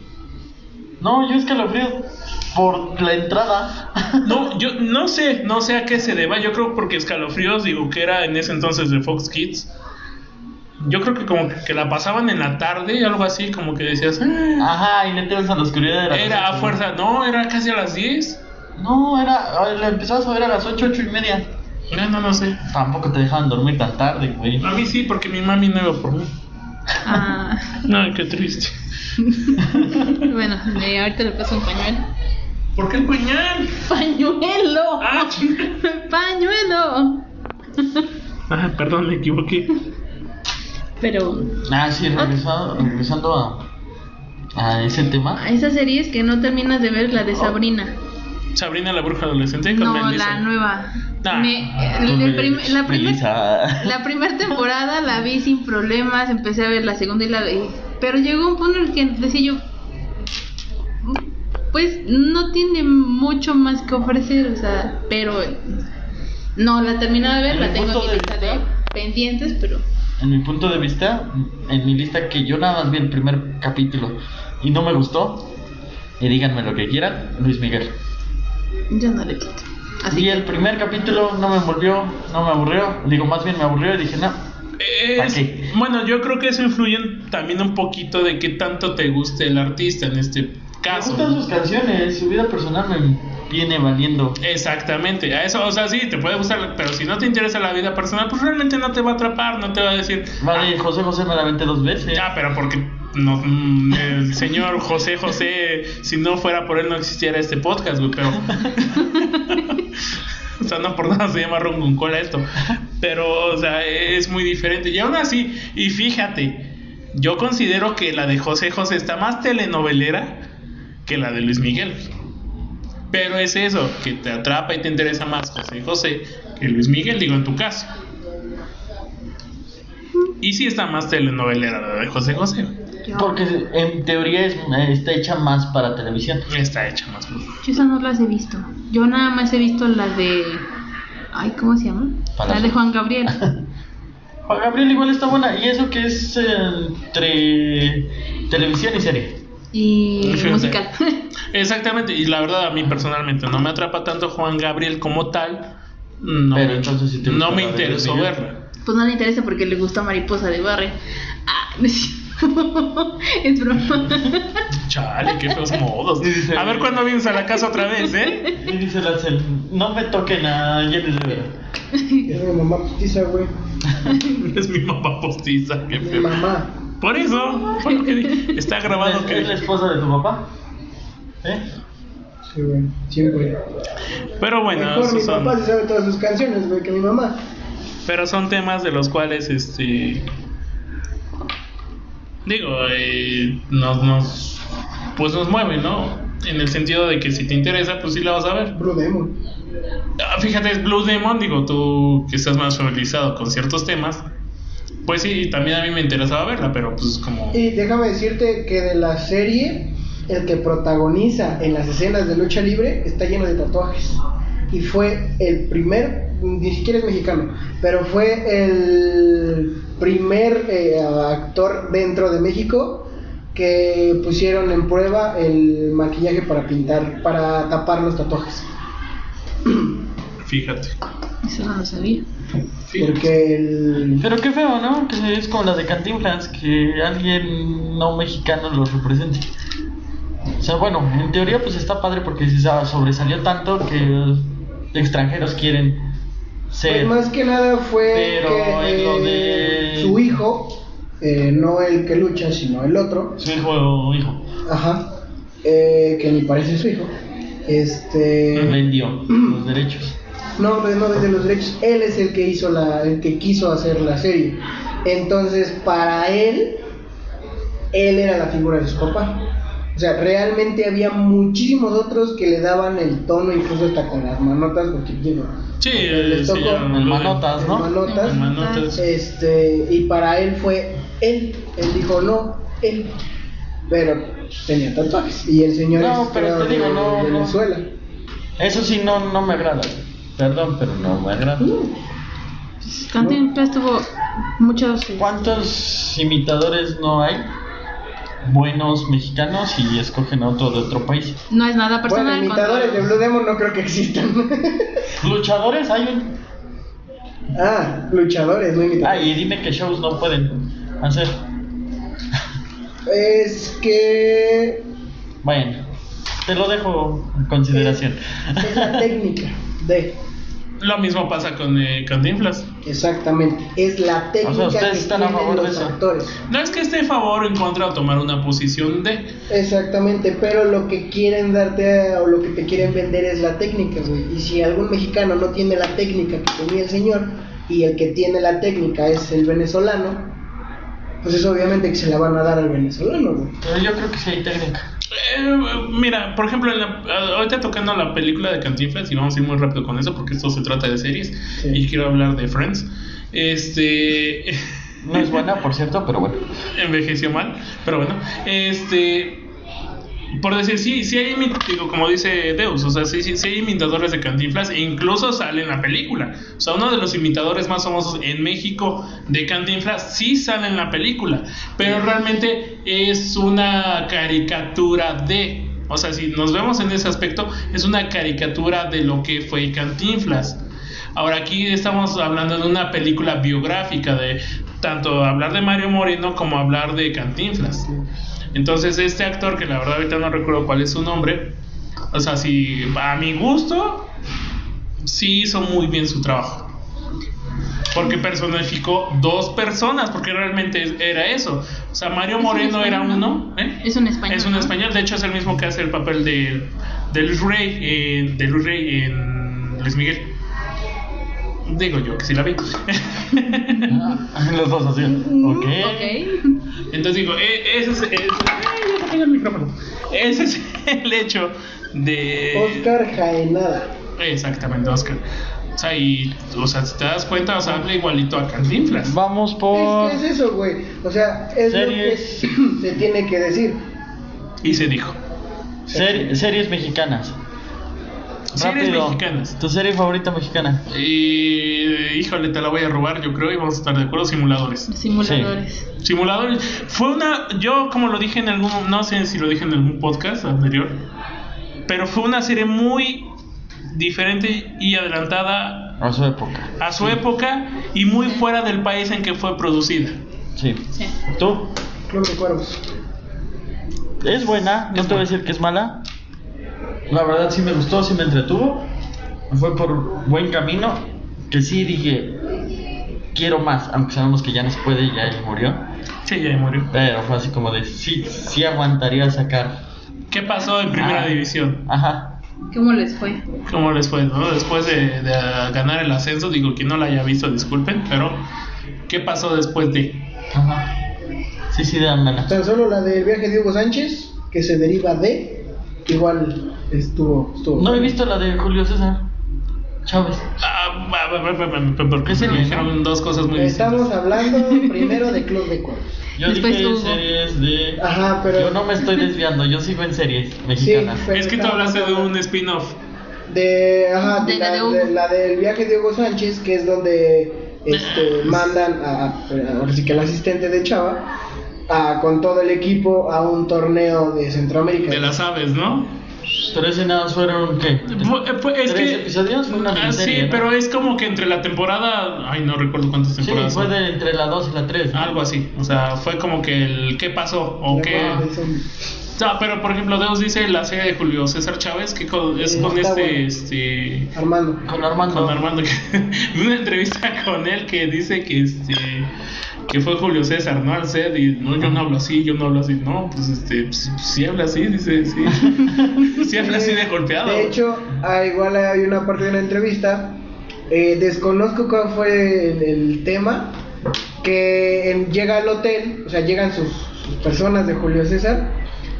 [SPEAKER 2] No, yo Escalofríos. Por la entrada.
[SPEAKER 1] No, yo no sé, no sé a qué se deba. Yo creo porque escalofríos, digo que era en ese entonces de Fox Kids. Yo creo que como que la pasaban en la tarde, algo así, como que decías, "Ah".
[SPEAKER 2] Ajá, y Metimos a la Oscuridad era.
[SPEAKER 1] era a
[SPEAKER 2] las ocho.
[SPEAKER 1] fuerza, no, era casi a las 10.
[SPEAKER 2] No, era. ay, La empezabas a ver a las 8, 8 y media.
[SPEAKER 1] No, no, no sé.
[SPEAKER 2] Tampoco te dejaban dormir tan tarde, güey.
[SPEAKER 1] A mí sí, porque mi mami no iba por mí.
[SPEAKER 3] Ah,
[SPEAKER 1] No, qué triste.
[SPEAKER 3] bueno, eh, ahorita le paso un pañuelo.
[SPEAKER 1] ¿Por qué el puñal?
[SPEAKER 3] ¡Pañuelo!
[SPEAKER 1] Ah, chinga.
[SPEAKER 3] ¡Pañuelo!
[SPEAKER 1] Ah, perdón, me equivoqué.
[SPEAKER 3] Pero
[SPEAKER 2] Ah, sí, regresando, regresando a. A ese tema.
[SPEAKER 3] a esas series que no terminas de ver, la
[SPEAKER 2] Oh,
[SPEAKER 3] de Sabrina.
[SPEAKER 1] Sabrina la bruja adolescente con
[SPEAKER 3] No,
[SPEAKER 1] Melissa.
[SPEAKER 3] la nueva.
[SPEAKER 1] Ah.
[SPEAKER 3] Me- el- el prim- la
[SPEAKER 2] ah.
[SPEAKER 3] primera
[SPEAKER 2] Melissa.
[SPEAKER 3] la primera temporada la vi sin problemas, empecé a ver la segunda y la vi. Pero llegó un punto en el que decía yo, pues no tiene mucho más que ofrecer, o sea, pero no, la terminé de ver,
[SPEAKER 2] ¿En
[SPEAKER 3] la
[SPEAKER 2] el
[SPEAKER 3] tengo en
[SPEAKER 2] punto
[SPEAKER 3] mi
[SPEAKER 2] de
[SPEAKER 3] lista de
[SPEAKER 2] vista?
[SPEAKER 3] pendientes, pero
[SPEAKER 2] En mi punto de vista, en mi lista que yo nada más vi el primer capítulo y no me gustó, y díganme lo que quieran, Luis Miguel.
[SPEAKER 3] yo no le quito. Así
[SPEAKER 2] Vi
[SPEAKER 3] que,
[SPEAKER 2] el primer capítulo, no me envolvió, no me aburrió, digo, más bien me aburrió y dije, no.
[SPEAKER 1] Es-
[SPEAKER 2] ¿Pa' qué?
[SPEAKER 1] bueno, yo creo que eso influye también un poquito de qué tanto te guste el artista en este
[SPEAKER 2] Me
[SPEAKER 1] caso.
[SPEAKER 2] gustan sus canciones, su vida personal me viene valiendo.
[SPEAKER 1] Exactamente, a eso, o sea, sí, te puede gustar, pero si no te interesa la vida personal, pues realmente no te va a atrapar, no te va a decir,
[SPEAKER 2] Vale, José José me la aventé dos veces.
[SPEAKER 1] ya, pero porque no, mm, el señor José José, si no fuera por él, no existiera este podcast, güey, pero. o sea, no por nada se llama Ron con cola esto, pero, o sea, es muy diferente. Y aún así, y fíjate, yo considero que la de José José está más telenovelera que la de Luis Miguel. Pero es eso, que te atrapa y te interesa más José José que Luis Miguel, digo en tu caso. Y sí está más telenovelera la de José José.
[SPEAKER 3] yo,
[SPEAKER 2] Porque en teoría es- está hecha más para televisión.
[SPEAKER 1] Está hecha más. por-
[SPEAKER 3] yo esas no las he visto. Yo nada más he visto la de... Ay, ¿cómo se llama? La de
[SPEAKER 2] Palacio.
[SPEAKER 3] Juan Gabriel.
[SPEAKER 2] Juan Gabriel igual está buena, y eso que es eh, entre televisión y serie.
[SPEAKER 3] Y
[SPEAKER 1] Fíjate.
[SPEAKER 3] musical.
[SPEAKER 1] Exactamente, y la verdad a mí personalmente no me atrapa tanto Juan Gabriel como tal. No,
[SPEAKER 2] Pero
[SPEAKER 1] me-
[SPEAKER 2] entonces sí te gusta
[SPEAKER 1] no me
[SPEAKER 2] la de Luis
[SPEAKER 1] interesó
[SPEAKER 2] Miguel.
[SPEAKER 1] verla.
[SPEAKER 3] Pues no le interesa porque le gusta Mariposa de Barre. Ah, no es cierto. Es broma.
[SPEAKER 1] Chale, qué feos modos. A ver cuándo vienes a la casa otra vez, ¿eh?
[SPEAKER 2] Y dice el Axel, no me toquen a Jenny Rivera.
[SPEAKER 4] Es mi mamá postiza, güey.
[SPEAKER 1] Es mi mamá postiza, qué
[SPEAKER 4] Mi
[SPEAKER 1] feo.
[SPEAKER 4] mamá.
[SPEAKER 1] Por eso, fue lo que dije. Está grabado
[SPEAKER 2] Es,
[SPEAKER 1] que
[SPEAKER 2] es la esposa de tu papá. ¿Eh?
[SPEAKER 4] Sí, güey, siempre.
[SPEAKER 1] Pero bueno,
[SPEAKER 4] Mejor mi
[SPEAKER 1] esos
[SPEAKER 4] papá
[SPEAKER 1] son,
[SPEAKER 4] se sabe todas sus canciones, güey, que mi mamá.
[SPEAKER 1] pero son temas de los cuales, este, digo, eh, nos, nos, pues nos mueve, ¿no? En el sentido de que si te interesa, pues sí la vas a ver.
[SPEAKER 4] Blue Demon.
[SPEAKER 1] Ah, Fíjate, es Blue Demon, digo, tú que estás más familiarizado con ciertos temas, pues sí, también a mí me interesaba verla, pero pues como...
[SPEAKER 4] Y déjame decirte que de la serie, el que protagoniza en las escenas de lucha libre está lleno de tatuajes. Y fue el primer, ni siquiera es mexicano, pero fue el primer eh, actor dentro de México que pusieron en prueba el maquillaje para pintar, para tapar los tatuajes.
[SPEAKER 1] Fíjate.
[SPEAKER 5] Eso no lo sabía.
[SPEAKER 1] fíjate.
[SPEAKER 4] Porque el...
[SPEAKER 2] Pero qué feo, ¿no? Que es como la de Cantinflas, que alguien no mexicano lo represente. O sea, bueno, en teoría pues está padre porque se sa- sobresalió tanto que los extranjeros quieren
[SPEAKER 4] Pues
[SPEAKER 2] ser...
[SPEAKER 4] más que nada fue
[SPEAKER 2] Pero
[SPEAKER 4] que
[SPEAKER 2] en lo
[SPEAKER 4] eh,
[SPEAKER 2] de-
[SPEAKER 4] su hijo, eh, no el que lucha, sino el otro,
[SPEAKER 2] Su hijo o hijo.
[SPEAKER 4] Ajá. Eh, que ni parece su hijo. Este.
[SPEAKER 2] Vendió los derechos.
[SPEAKER 4] No, pues no desde los derechos. Él es el que hizo la. el que quiso hacer la serie. Entonces, para él, él era la figura de su papá. O sea, realmente había muchísimos otros que le daban el tono, incluso hasta con las manotas, porque digo,
[SPEAKER 1] Sí, eh,
[SPEAKER 4] Les tocó
[SPEAKER 1] se llama Blue Demon.
[SPEAKER 2] Manotas, ¿no?
[SPEAKER 4] manotas.
[SPEAKER 1] Manotas.
[SPEAKER 4] Este, y para él fue él. Él dijo no, él. Pero tenía tatuajes. Y el señor
[SPEAKER 2] No,
[SPEAKER 4] es,
[SPEAKER 2] pero
[SPEAKER 4] creo,
[SPEAKER 2] te digo,
[SPEAKER 4] de
[SPEAKER 2] no, no.
[SPEAKER 4] Venezuela.
[SPEAKER 2] Eso sí, no, no me agrada. Perdón, pero no me agrada.
[SPEAKER 5] Pues, Cantinflas tuvo muchos.
[SPEAKER 2] ¿Cuántos imitadores no hay? Buenos mexicanos y escogen a otro de otro país.
[SPEAKER 5] No es nada
[SPEAKER 4] Bueno,
[SPEAKER 5] personal.
[SPEAKER 4] imitadores de
[SPEAKER 5] contra-
[SPEAKER 4] Blue Demon no creo que existan.
[SPEAKER 2] Luchadores hay un.
[SPEAKER 4] ah, luchadores, no
[SPEAKER 2] Ah,
[SPEAKER 4] imitadores.
[SPEAKER 2] y dime que shows no pueden hacer.
[SPEAKER 4] Es que
[SPEAKER 2] Bueno, te lo dejo en consideración.
[SPEAKER 4] es la técnica de.
[SPEAKER 1] Lo mismo pasa con eh, Cantinflas.
[SPEAKER 4] Exactamente, es la
[SPEAKER 2] sea,
[SPEAKER 4] técnica
[SPEAKER 2] ustedes
[SPEAKER 4] que
[SPEAKER 2] están a
[SPEAKER 4] tienen
[SPEAKER 2] favor de
[SPEAKER 4] los
[SPEAKER 2] eso.
[SPEAKER 4] actores.
[SPEAKER 1] No es que esté a favor o en contra de tomar una posición de...
[SPEAKER 4] Exactamente, pero lo que quieren darte o lo que te quieren vender es la técnica, güey. Y si algún mexicano no tiene la técnica que tenía el señor y el que tiene la técnica es el venezolano, pues es obviamente que se la van a dar al venezolano, güey.
[SPEAKER 2] Pero yo creo que sí hay técnica.
[SPEAKER 1] Eh, mira, por ejemplo, en la- ah, ahorita tocando la película de Cantinflas, y vamos a ir muy rápido con eso porque esto se trata de series
[SPEAKER 4] Sí.
[SPEAKER 1] y quiero hablar de Friends. Este.
[SPEAKER 2] No es buena, por cierto, pero bueno.
[SPEAKER 1] envejeció mal, pero bueno, este por decir, sí, sí hay imi- digo, como dice Deus, o sea, sí, sí, sí hay imitadores de Cantinflas e incluso sale en la película. O sea, uno de los imitadores más famosos en México de Cantinflas sí sale en la película, pero realmente es una caricatura de, o sea, si nos vemos en ese aspecto, es una caricatura de lo que fue Cantinflas. Ahora aquí estamos hablando de una película biográfica de tanto hablar de Mario Moreno como hablar de Cantinflas. Entonces este actor que la verdad ahorita no recuerdo cuál es su nombre, o sea, si a mi gusto sí hizo muy bien su trabajo. Porque personificó dos personas, porque realmente era eso. O sea, Mario
[SPEAKER 5] Es un
[SPEAKER 1] Moreno era
[SPEAKER 5] español, ¿no?
[SPEAKER 1] uno, ¿eh?
[SPEAKER 5] Es un español.
[SPEAKER 1] Es un
[SPEAKER 5] ¿no?
[SPEAKER 1] español, de hecho es el mismo que hace el papel de, de Luis Rey, eh, de Luis Rey en Luis Miguel. Digo yo que sí la vi.
[SPEAKER 2] Ah, Los dos así. Ok.
[SPEAKER 5] Ok.
[SPEAKER 1] Entonces digo, e- ese es, es- ay, ya se cayó el micrófono. Ese es el hecho de
[SPEAKER 4] Oscar Jaenada.
[SPEAKER 1] Exactamente, Oscar. O sea, y, o sea, si te das cuenta, o sea, habla igualito a Cantinflas.
[SPEAKER 2] Vamos por.
[SPEAKER 4] Es, que es eso, güey. O sea, es
[SPEAKER 2] Series.
[SPEAKER 4] lo que se tiene que decir.
[SPEAKER 1] Y se dijo.
[SPEAKER 2] ser- series mexicanas.
[SPEAKER 1] Series
[SPEAKER 2] Rápido.
[SPEAKER 1] mexicanas.
[SPEAKER 2] ¿Tu serie favorita mexicana?
[SPEAKER 1] Y, híjole, te la voy a robar, yo creo, y vamos a estar de acuerdo, simuladores.
[SPEAKER 5] Simuladores.
[SPEAKER 1] Simuladores. Fue una. Yo, como lo dije en algún. No sé si lo dije en algún podcast anterior. Pero fue una serie muy diferente y adelantada
[SPEAKER 2] A su época.
[SPEAKER 1] a su época y muy fuera del país en que fue producida.
[SPEAKER 2] Sí.
[SPEAKER 5] Sí.
[SPEAKER 2] ¿Tú?
[SPEAKER 4] Club de Cuervos.
[SPEAKER 2] Es buena, no te voy a decir que es mala. La verdad sí me gustó, sí me entretuvo. Fue por buen camino. Que sí dije, quiero más, aunque sabemos que ya no se puede, ya él murió.
[SPEAKER 1] Sí, ya murió.
[SPEAKER 2] Pero fue así como de, sí, sí aguantaría sacar
[SPEAKER 1] ¿Qué pasó en primera
[SPEAKER 2] Ah.
[SPEAKER 1] división?
[SPEAKER 2] Ajá.
[SPEAKER 5] ¿Cómo les fue?
[SPEAKER 1] ¿Cómo les fue, no? Después de, de ganar el ascenso, digo, quien no la haya visto, disculpen, pero ¿qué pasó después de...?
[SPEAKER 2] Ajá. Sí, sí, dámela.
[SPEAKER 4] Tan solo la del viaje de Hugo Sánchez, que se deriva de, igual estuvo. estuvo
[SPEAKER 2] No he visto la de Julio César Chávez.
[SPEAKER 1] Ah, ah, ah, ah, ah, ah, porque
[SPEAKER 2] ¿Qué
[SPEAKER 1] se me
[SPEAKER 2] serie,
[SPEAKER 1] dijeron dos cosas muy
[SPEAKER 4] Estamos
[SPEAKER 1] distintas.
[SPEAKER 4] hablando primero de Club de Cuervos.
[SPEAKER 2] Yo
[SPEAKER 5] Después
[SPEAKER 2] dije
[SPEAKER 5] hubo.
[SPEAKER 2] series de.
[SPEAKER 4] Ajá, pero.
[SPEAKER 2] Yo no me estoy desviando, yo sigo en series
[SPEAKER 4] Sí,
[SPEAKER 2] mexicanas.
[SPEAKER 4] pero
[SPEAKER 1] Es que tú
[SPEAKER 4] estamos
[SPEAKER 1] hablaste de
[SPEAKER 4] hablando
[SPEAKER 1] un spin-off.
[SPEAKER 4] De, ajá, de
[SPEAKER 5] De
[SPEAKER 4] la,
[SPEAKER 5] la de Hugo.
[SPEAKER 4] de- la del viaje de Hugo Sánchez, que es donde
[SPEAKER 2] Ah.
[SPEAKER 4] este, mandan a, a- ahora sí que al asistente de Chava a- con todo el equipo a un torneo de Centroamérica. Ah,
[SPEAKER 1] De las aves, ¿no?
[SPEAKER 2] Pero ese nada más fueron, ¿qué?
[SPEAKER 1] Fu- eh, fue- Es
[SPEAKER 2] ¿Tres
[SPEAKER 1] que...
[SPEAKER 2] episodios? Fue una
[SPEAKER 1] Ah,
[SPEAKER 2] miniserie,
[SPEAKER 1] sí,
[SPEAKER 2] ¿no?
[SPEAKER 1] pero es como que entre la temporada... Ay, no recuerdo cuántas
[SPEAKER 2] Sí,
[SPEAKER 1] temporadas
[SPEAKER 2] fue
[SPEAKER 1] son.
[SPEAKER 2] de entre la 2 y la 3.
[SPEAKER 1] Algo así. O sea, fue como que el... ¿Qué pasó? O
[SPEAKER 4] No
[SPEAKER 1] qué...
[SPEAKER 4] mames, son-
[SPEAKER 1] No, pero por ejemplo, Deus dice la serie de Julio César Chávez, que con- es
[SPEAKER 4] Eh,
[SPEAKER 1] con
[SPEAKER 4] está
[SPEAKER 1] este...
[SPEAKER 4] bueno.
[SPEAKER 1] este
[SPEAKER 4] Armando.
[SPEAKER 2] Con Armando.
[SPEAKER 1] con Armando que- una entrevista con él que dice que este que fue Julio César no al set y no yo no hablo así yo no hablo así no pues este pues, sí habla así dice sí sí habla así de golpeado
[SPEAKER 4] De hecho, ah, igual hay una parte de una entrevista. eh, desconozco cuál fue el, el tema. Que en- llega al hotel, o sea, llegan sus, sus personas de Julio César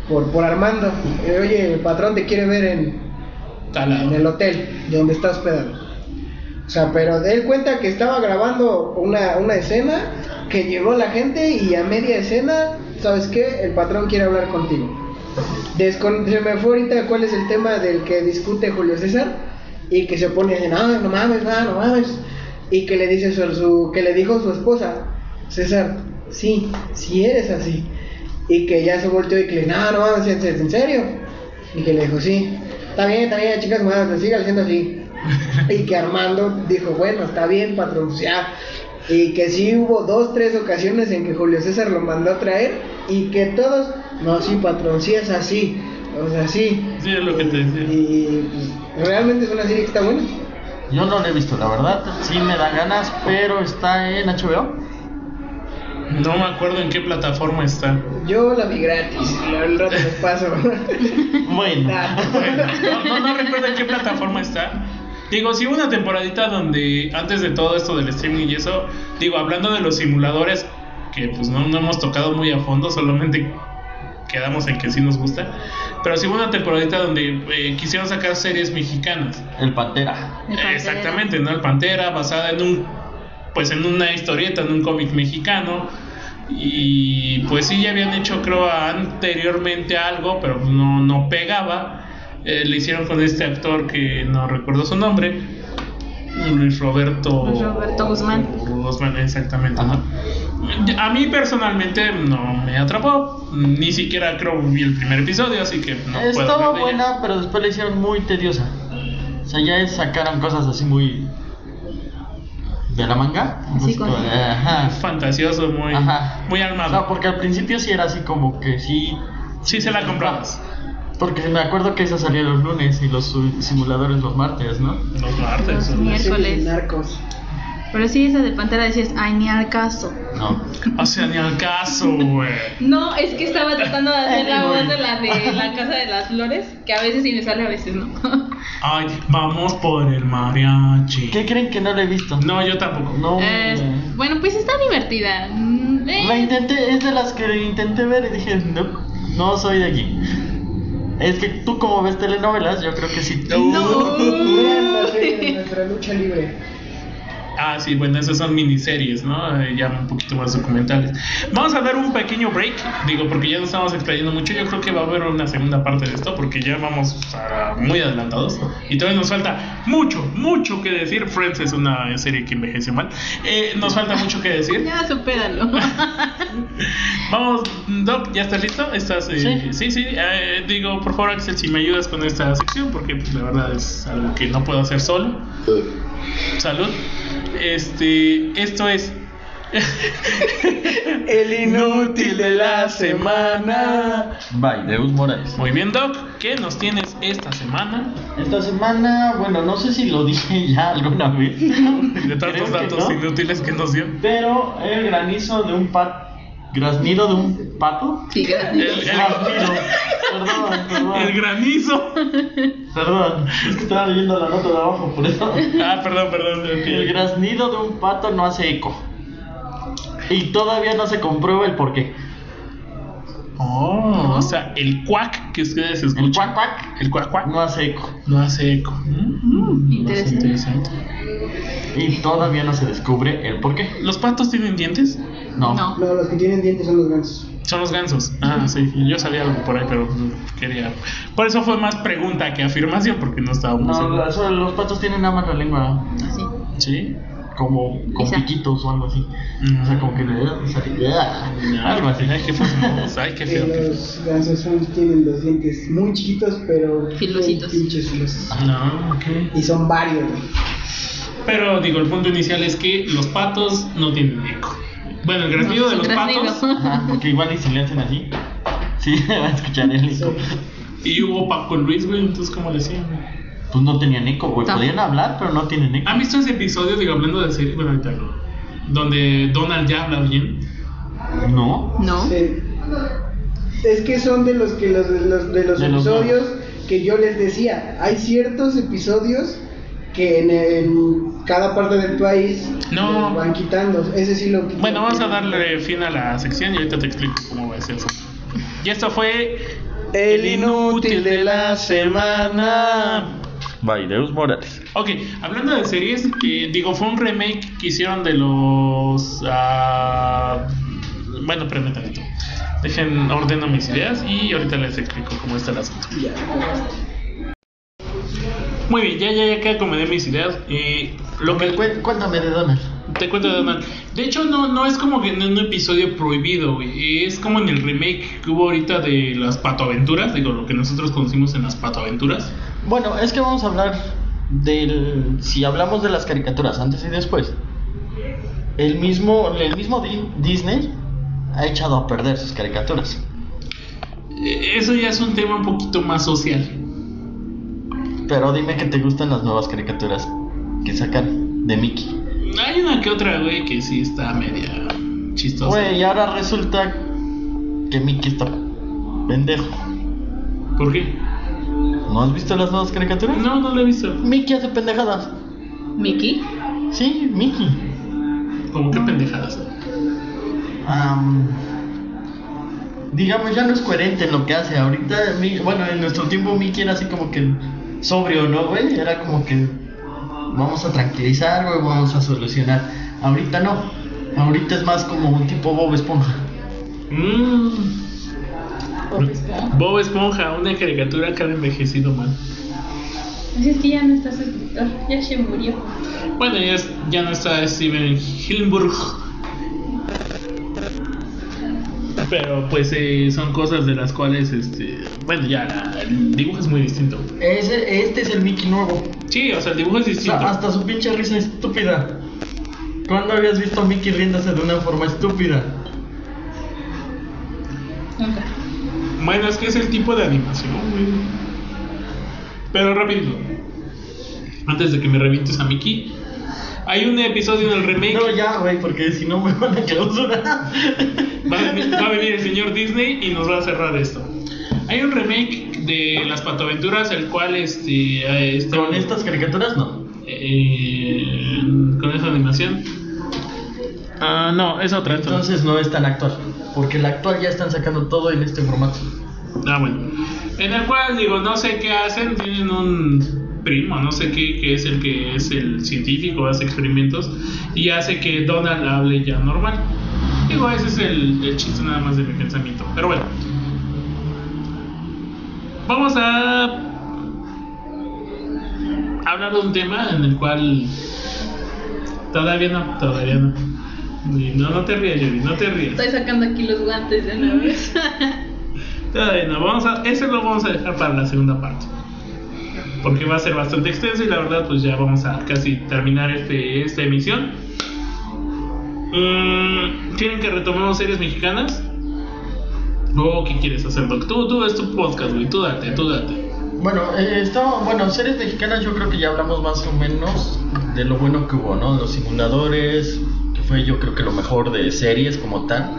[SPEAKER 4] por, por Armando. Eh, Oye, el patrón te quiere ver en, en
[SPEAKER 1] Talado.
[SPEAKER 4] el hotel donde está hospedado. O sea, pero de él cuenta que estaba grabando una, una escena, que llegó la gente y a media escena, ¿sabes qué? El patrón quiere hablar contigo. Descon- se me fue ahorita cuál es el tema del que discute Julio César y que se pone en, ah, no mames, ah, no mames. Y que le dice su, su- que le dijo su esposa, César, sí, sí eres así. Y que ya se volteó y que le dijo, no, no mames, ¿en, en serio? Y que le dijo, sí, está bien, está bien, chicas, mames, sigue haciendo así. y que Armando dijo, bueno, está bien, patrón, ya. Y que sí hubo dos, tres ocasiones en que Julio César lo mandó a traer y que todos, no, sí, patrón, sí es así, o sea, sí.
[SPEAKER 1] Sí, es lo que te decía.
[SPEAKER 4] Y pues, realmente es una serie que está buena.
[SPEAKER 2] Yo no la he visto, la verdad. Sí me dan ganas, pero está en HBO.
[SPEAKER 1] No me acuerdo en qué plataforma está.
[SPEAKER 4] Yo la vi gratis, la un rato les paso.
[SPEAKER 2] Bueno.
[SPEAKER 1] No, no, no recuerdo en qué plataforma está. Digo, sí hubo una temporadita donde antes de todo esto del streaming y eso, digo, hablando de los simuladores, que pues no, no hemos tocado muy a fondo, solamente quedamos en que sí nos gusta, pero sí hubo una temporadita donde eh, quisieron sacar series mexicanas.
[SPEAKER 2] El Pantera.
[SPEAKER 5] El Pantera.
[SPEAKER 1] Exactamente, ¿no? El Pantera, basada en un, pues en una historieta, en un cómic mexicano. Y pues sí, ya habían hecho, creo, anteriormente algo, pero pues, no, no pegaba. Eh, le hicieron con este actor que no recuerdo su nombre, Luis Roberto.
[SPEAKER 5] Luis Roberto Guzmán.
[SPEAKER 1] Guzmán, exactamente. ¿no? A mí personalmente no me atrapó, ni siquiera creo vi el primer episodio, así que no puedo
[SPEAKER 2] Estaba
[SPEAKER 1] hablar de ella.
[SPEAKER 2] buena, pero después la hicieron muy tediosa. O sea, ya es- sacaron cosas así muy. de la manga.
[SPEAKER 5] Sí,
[SPEAKER 2] Pues,
[SPEAKER 5] con-
[SPEAKER 2] Ajá.
[SPEAKER 1] Fantasioso, muy,
[SPEAKER 2] Ajá. pues,
[SPEAKER 1] muy
[SPEAKER 2] O
[SPEAKER 1] armado.
[SPEAKER 2] sea, porque al principio sí era así como que sí.
[SPEAKER 1] Sí se la comprabas.
[SPEAKER 2] Porque me acuerdo que esa salía los lunes y los su- simuladores los martes, ¿no?
[SPEAKER 1] Los martes.
[SPEAKER 5] Los miércoles.
[SPEAKER 4] Narcos.
[SPEAKER 5] Pero sí, esa de Pantera decías, ay, ni al caso.
[SPEAKER 2] No.
[SPEAKER 1] O sea, ni al caso, güey.
[SPEAKER 3] No, es que estaba tratando de hacer la
[SPEAKER 2] Anyway.
[SPEAKER 3] voz de la de la Casa de las Flores, que a veces sí me sale, a veces no.
[SPEAKER 1] Ay, vamos por el mariachi.
[SPEAKER 2] ¿Qué creen que no la he visto?
[SPEAKER 1] No, yo tampoco.
[SPEAKER 2] No.
[SPEAKER 3] Oh.
[SPEAKER 5] Eh, bueno, pues está divertida. Mm, eh,
[SPEAKER 2] La intenté, es de las que intenté ver y dije, no, no soy de aquí. Es que tú como ves telenovelas, yo creo que sí.
[SPEAKER 4] Vean la serie de nuestra lucha libre.
[SPEAKER 1] Ah, sí, bueno, esas son miniseries, ¿no? Eh, ya un poquito más documentales. Vamos a dar un pequeño break, digo, porque ya nos estamos extrayendo mucho. Yo creo que va a haber una segunda parte de esto, porque ya vamos ah, muy adelantados. Y todavía nos falta mucho, mucho que decir. Friends es una serie que envejeció mal. Eh, nos falta mucho que decir.
[SPEAKER 5] Ya, supéralo.
[SPEAKER 1] Vamos, Doc, ¿ya estás listo? ¿Estás, eh, sí, sí. eh, digo, por favor, Axel, si me ayudas con esta sección, porque pues, la verdad es algo que no puedo hacer solo. Salud. Este, esto es.
[SPEAKER 4] El
[SPEAKER 1] inútil de la semana.
[SPEAKER 2] Bye, Deus Morales.
[SPEAKER 1] Muy bien, Doc, ¿qué nos tienes esta semana?
[SPEAKER 2] Esta semana, bueno, no sé si lo dije ya alguna vez.
[SPEAKER 1] De
[SPEAKER 2] Creo
[SPEAKER 1] tantos
[SPEAKER 2] que
[SPEAKER 1] datos
[SPEAKER 2] no.
[SPEAKER 1] inútiles que nos dio.
[SPEAKER 2] Pero el granizo de un par Graznido de un pato.
[SPEAKER 5] Sí, gracias.
[SPEAKER 1] El- el-
[SPEAKER 2] Graznido. Perdón,
[SPEAKER 1] El
[SPEAKER 2] perdón.
[SPEAKER 1] granizo.
[SPEAKER 2] Perdón. Es que estaba leyendo la nota de abajo, por eso.
[SPEAKER 1] Ah, perdón, perdón.
[SPEAKER 2] El graznido de un pato no hace eco. Y todavía no se comprueba el porqué.
[SPEAKER 1] Oh, o sea, el cuac que ustedes
[SPEAKER 2] El
[SPEAKER 1] escuchan.
[SPEAKER 2] cuac cuac
[SPEAKER 1] El cuac cuac
[SPEAKER 2] no hace eco.
[SPEAKER 1] no hace eco. Mm,
[SPEAKER 5] Interesante.
[SPEAKER 1] interesante.
[SPEAKER 2] Y todavía no se descubre el porqué.
[SPEAKER 1] ¿Los patos tienen dientes?
[SPEAKER 2] No.
[SPEAKER 5] No.
[SPEAKER 4] No, los que tienen dientes son los gansos.
[SPEAKER 1] Son los gansos. Ah, sí. Yo sabía algo por ahí, pero quería. Por eso fue más pregunta que afirmación, porque no estaba muy
[SPEAKER 2] No,
[SPEAKER 1] seguro.
[SPEAKER 2] la- solo los patos tienen nada más la lengua
[SPEAKER 5] Así.
[SPEAKER 1] Sí.
[SPEAKER 2] como con
[SPEAKER 5] Quizá.
[SPEAKER 2] piquitos o algo así. O sea, como que le o sea,
[SPEAKER 1] Ah,
[SPEAKER 2] algo así.
[SPEAKER 1] Ay, qué feo. Ay, qué
[SPEAKER 4] Eh,
[SPEAKER 1] feo. qué feo.
[SPEAKER 4] los gansos son, tienen los dientes muy chiquitos, pero.
[SPEAKER 5] Filositos.
[SPEAKER 4] bien Pinches filosos.
[SPEAKER 1] No, ok.
[SPEAKER 4] Y son varios, güey.
[SPEAKER 1] Pero digo, el punto inicial es que los patos no tienen eco. Bueno, el graznido de los
[SPEAKER 5] Graznido.
[SPEAKER 1] patos.
[SPEAKER 2] Ajá, porque igual y si le hacen así, sí, va a escuchar el eco.
[SPEAKER 1] Y hubo Paco Luis, güey, entonces, ¿cómo le decían? güey?
[SPEAKER 2] Pues no tenían eco, güey.
[SPEAKER 5] Tampoco.
[SPEAKER 2] Podían hablar, pero no tienen eco.
[SPEAKER 1] ¿Han visto ese episodio, digo, hablando de serie? Bueno, ahorita no. Donde Donald ya habla bien.
[SPEAKER 2] No.
[SPEAKER 5] No.
[SPEAKER 4] Sí. Es que son de los que los, de los, de los
[SPEAKER 2] De los
[SPEAKER 4] episodios que yo les decía. Hay ciertos episodios que en, en cada parte del país
[SPEAKER 1] No.
[SPEAKER 4] los van quitando. Ese sí lo quitan.
[SPEAKER 1] Bueno, vamos a darle fin a la sección y ahorita te explico cómo va a ser eso. Y esto fue.
[SPEAKER 4] El inútil de la
[SPEAKER 1] semana.
[SPEAKER 2] Bye, Deus Morales.
[SPEAKER 1] Ok, hablando de series, eh, digo, fue un remake que hicieron de los. ah, bueno, permítanme tú. Dejen, ordeno mis ideas y ahorita les explico cómo está el asunto.
[SPEAKER 4] Ya.
[SPEAKER 1] Muy bien, ya, ya, ya que acomodé mis ideas. eh, lo que
[SPEAKER 2] Cué- Cuéntame de Donald.
[SPEAKER 1] Te cuento de Donald. De hecho, no, no es como que en un episodio prohibido, güey. Es como en el remake que hubo ahorita de las patoaventuras, digo, lo que nosotros conocimos en las patoaventuras.
[SPEAKER 2] Bueno, es que vamos a hablar del. Si hablamos de las caricaturas antes y después, el mismo, el mismo Di- Disney ha echado a perder sus caricaturas.
[SPEAKER 1] Eh, Eso ya es un tema un poquito más social.
[SPEAKER 2] Pero dime que te gustan las nuevas caricaturas que sacan de Mickey.
[SPEAKER 1] Hay una que otra, güey, que sí está media chistosa.
[SPEAKER 2] Güey, y ahora resulta que Mickey está pendejo.
[SPEAKER 1] ¿Por qué?
[SPEAKER 2] ¿No has visto las nuevas caricaturas?
[SPEAKER 1] No, no la he visto.
[SPEAKER 2] Mickey hace pendejadas.
[SPEAKER 5] Mickey.
[SPEAKER 2] Sí, Mickey.
[SPEAKER 1] Como que pendejadas.
[SPEAKER 2] Am, digamos, ya no es coherente en lo que hace. Ahorita, mi- bueno, en nuestro tiempo Mickey era así como que sobrio, ¿no, güey? Era como que vamos a tranquilizar, güey, vamos a solucionar. Ahorita no. Ahorita es más como un tipo Bob Esponja.
[SPEAKER 1] Mm.
[SPEAKER 3] Bob Esponja.
[SPEAKER 1] Bob Esponja, una caricatura que ha envejecido mal.
[SPEAKER 3] Así es que ya no está su escritor, ya se murió.
[SPEAKER 1] Bueno, ya, es- ya no está Steven Hillenburg. Pero pues eh, son cosas de las cuales, este, bueno, ya la- el dibujo es muy distinto.
[SPEAKER 2] Ese, este es el Mickey nuevo.
[SPEAKER 1] Sí, o sea, el dibujo es
[SPEAKER 2] O sea,
[SPEAKER 1] distinto.
[SPEAKER 2] hasta su pinche risa estúpida. ¿Cuándo habías visto a Mickey riéndose de una forma estúpida?
[SPEAKER 3] Nunca.
[SPEAKER 2] ah.
[SPEAKER 1] Bueno, es que es el tipo de animación, güey. Pero rápido, antes de que me revientes a Mickey, hay un episodio del remake.
[SPEAKER 2] No, ya, güey, porque si no me van a clausurar.
[SPEAKER 1] Va a, venir, va a venir el señor Disney y nos va a cerrar esto. Hay un remake de Las Patoaventuras, el cual este, eh, está-
[SPEAKER 2] Con estas caricaturas no.
[SPEAKER 1] eh, con esa animación. Ah, no, es otra. es otra.
[SPEAKER 2] Entonces no es tan actual. Porque la actual ya están sacando todo en este formato.
[SPEAKER 1] Ah, bueno. En el cual, digo, no sé qué hacen, tienen un primo, no sé qué, que es el que es el científico, hace experimentos y hace que Donald hable ya normal. Digo, ese es el, el chiste nada más de mi pensamiento. Pero bueno. Vamos a hablar de un tema en el cual todavía no, todavía no. Y No, no te rías, Yuri, no te rías.
[SPEAKER 3] Estoy sacando aquí los guantes de una vez.
[SPEAKER 1] Todavía no, vamos a, ese lo vamos a dejar para la segunda parte. Porque va a ser bastante extenso y la verdad pues ya vamos a casi terminar este, esta emisión. Mm, ¿Quieren que retomemos series mexicanas? ¿O qué quieres hacer, Doc? Tú, tú, es tu podcast, güey. Tú date, tú date.
[SPEAKER 2] Bueno, eh, estaba- bueno, series mexicanas yo creo que ya hablamos más o menos de lo bueno que hubo, ¿no? Los simuladores, que fue yo creo que lo mejor de series como tal.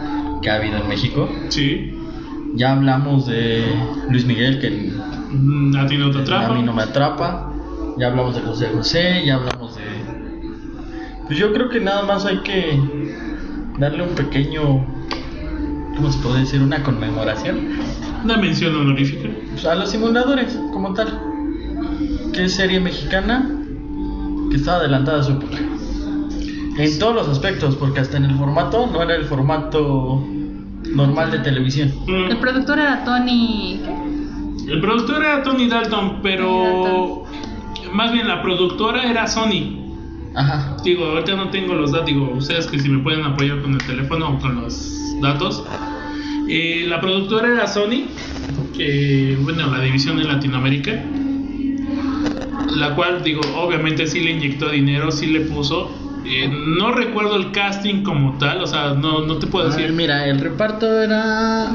[SPEAKER 2] que ha habido en México.
[SPEAKER 1] Sí.
[SPEAKER 2] Ya hablamos de Luis Miguel, que
[SPEAKER 1] Mm, A ti no te atrapa.
[SPEAKER 2] a mí no me atrapa. Ya hablamos de José José, ya hablamos de. Pues yo creo que nada más hay que darle un pequeño. ¿Cómo se puede decir? Una conmemoración.
[SPEAKER 1] Una mención honorífica.
[SPEAKER 2] Pues a los simuladores, como tal. Que es serie mexicana que estaba adelantada a su época. En todos los aspectos, porque hasta en el formato no era el formato normal de televisión.
[SPEAKER 1] Mm.
[SPEAKER 5] El productor era Tony. ¿qué?
[SPEAKER 1] El productor era Tony Dalton, pero más bien la productora era Sony.
[SPEAKER 2] Ajá.
[SPEAKER 1] Digo, ahorita no tengo los datos, digo, ustedes que si me pueden apoyar con el teléfono o con los datos. Eh, la productora era Sony, que, bueno, la división en Latinoamérica, la cual, digo, obviamente sí le inyectó dinero, sí le puso. Eh, no recuerdo el casting como tal, o sea, no, no te puedo
[SPEAKER 2] A ver,
[SPEAKER 1] decir.
[SPEAKER 2] mira, el reparto era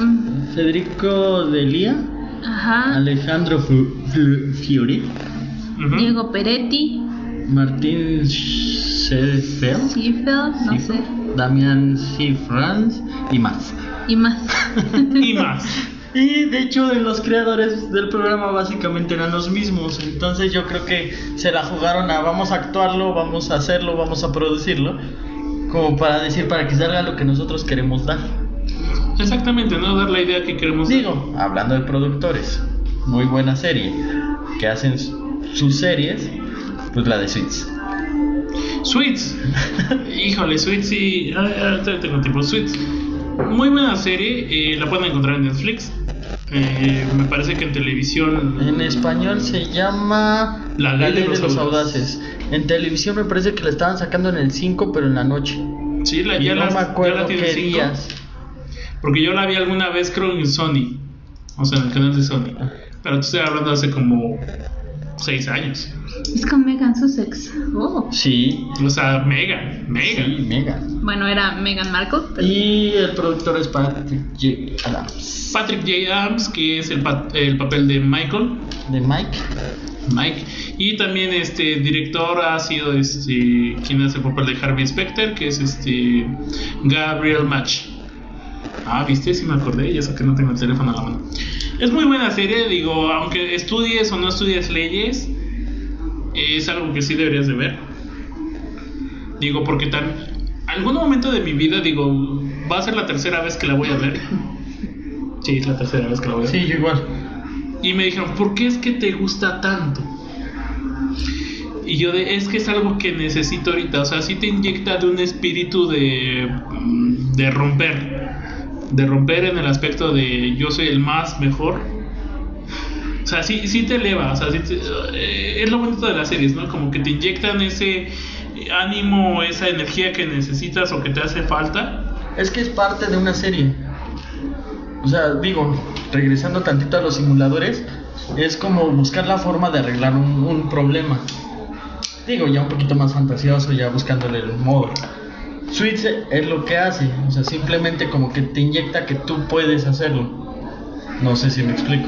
[SPEAKER 2] Federico Delía,
[SPEAKER 5] Ajá.
[SPEAKER 2] Alejandro Fu- Flu- Fiori,
[SPEAKER 1] Ujú.
[SPEAKER 5] Diego Peretti.
[SPEAKER 2] Martín Sefel,
[SPEAKER 5] Seafeld, no sé.
[SPEAKER 2] Damián Sifrans y más.
[SPEAKER 5] Y más.
[SPEAKER 1] Y más.
[SPEAKER 2] Y de hecho, de los creadores del programa básicamente eran los mismos. Entonces, yo creo que se la jugaron a vamos a actuarlo, vamos a hacerlo, vamos a producirlo. Como para decir, para que salga lo que nosotros queremos dar.
[SPEAKER 1] Exactamente, no dar la idea que queremos.
[SPEAKER 2] Digo, hablando de productores, muy buena serie, que hacen su- sus series, pues la de Suits.
[SPEAKER 1] Sweets. Híjole, Sweets sí. ah, ah, todavía tengo tiempo. Sweets. Muy buena serie. eh, la pueden encontrar en Netflix. Eh, me parece que en televisión.
[SPEAKER 2] En español se llama
[SPEAKER 1] La Ley de los
[SPEAKER 2] Audaces. En televisión me parece que la estaban sacando en el 5, pero en la noche.
[SPEAKER 1] Sí, la,
[SPEAKER 2] Y
[SPEAKER 1] ya,
[SPEAKER 2] no
[SPEAKER 1] las-
[SPEAKER 2] me
[SPEAKER 1] ya
[SPEAKER 2] acuerdo
[SPEAKER 1] la tiene
[SPEAKER 2] qué
[SPEAKER 1] cinco,
[SPEAKER 2] días.
[SPEAKER 1] Porque yo la vi alguna vez, creo, en Sony. O sea, en el canal de Sony.
[SPEAKER 2] Ah.
[SPEAKER 1] Pero te estoy hablando hace como. 6 años.
[SPEAKER 5] es con Megan Sussex. Oh.
[SPEAKER 2] Sí,
[SPEAKER 1] O sea, mega, mega.
[SPEAKER 2] sí, mega.
[SPEAKER 5] Bueno, era Megan Markle. pero-
[SPEAKER 2] Y el productor es Patrick J. Adams.
[SPEAKER 1] Patrick J. Adams, que es el, pa- el papel de Michael.
[SPEAKER 2] De Mike.
[SPEAKER 1] Mike. Y también este director ha sido este quien hace el papel de Harvey Specter, que es este Gabriel Match. Ah, viste, sí me acordé, y eso que no tengo el teléfono a la mano. Es muy buena serie, digo, aunque estudies o no estudies leyes, es algo que sí deberías de ver. Digo, porque tan algún momento de mi vida, digo, va a ser la tercera vez que la voy a ver. Sí, es la tercera vez que la voy a ver.
[SPEAKER 2] Sí, yo igual.
[SPEAKER 1] Y me dijeron, ¿por qué es que te gusta tanto? Y yo de, es que es algo que necesito ahorita. O sea, sí te inyecta de un espíritu de, mm, de romper. De romper en el aspecto de yo soy el más mejor. O sea, sí, sí te eleva. O sea, sí te- eh, es lo bonito de las series, ¿no? Como que te inyectan ese ánimo, esa energía que necesitas o que te hace falta.
[SPEAKER 2] Es que es parte de una serie. O sea, digo, regresando tantito a los simuladores, es como buscar la forma de arreglar un, un problema. Digo, ya un poquito más fantasioso, ya buscándole el modo. Switch es lo que hace, o sea, simplemente como que te inyecta que tú puedes hacerlo. No sé si me explico.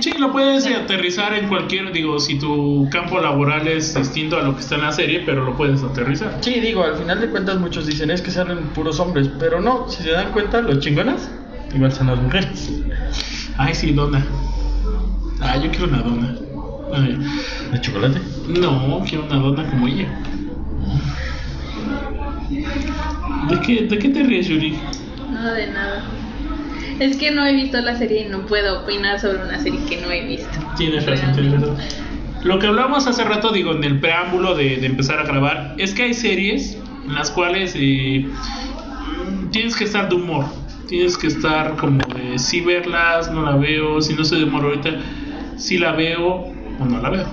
[SPEAKER 1] Sí, lo puedes eh, aterrizar en cualquier, digo, si tu campo laboral es distinto a lo que está en la serie, pero lo puedes aterrizar.
[SPEAKER 2] Sí, digo, al final de cuentas muchos dicen es que salen puros hombres, pero no, si se dan cuenta, los chingonas igual son las mujeres.
[SPEAKER 1] Ay, sí, dona. Ah, yo quiero una dona. Ay,
[SPEAKER 2] ¿De chocolate?
[SPEAKER 1] no, quiero una dona como ella. ¿De qué, de qué te ríes, Yuri?
[SPEAKER 5] No, de nada. Es que no he visto la serie y no puedo opinar sobre una serie que no he visto.
[SPEAKER 1] Tienes razón, tienes razón. Lo que hablamos hace rato, digo, en el preámbulo de, de empezar a grabar, es que hay series en las cuales eh, mm, tienes que estar de humor. Tienes que estar como de si verlas, no la veo, si no estoy de humor ahorita, si la veo o no la veo.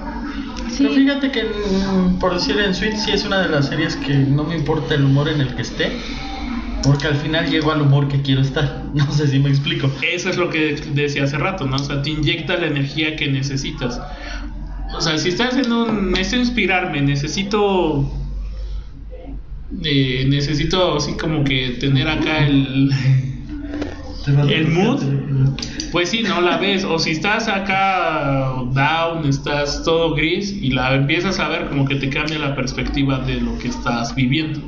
[SPEAKER 5] Sí.
[SPEAKER 2] Pero fíjate que, mm, por decir en Sweet, sí es una de las series que no me importa el humor en el que esté, porque al final llego al humor que quiero estar. No sé si me explico.
[SPEAKER 1] Eso es lo que decía hace rato, ¿no? O sea, te inyecta la energía que necesitas. O sea, si estás en un... Necesito inspirarme, necesito... eh, necesito así como que tener acá el... ¿El mood? Pues sí, no la ves. O si estás acá down, estás todo gris y la empiezas a ver como que te cambia la perspectiva de lo que estás viviendo.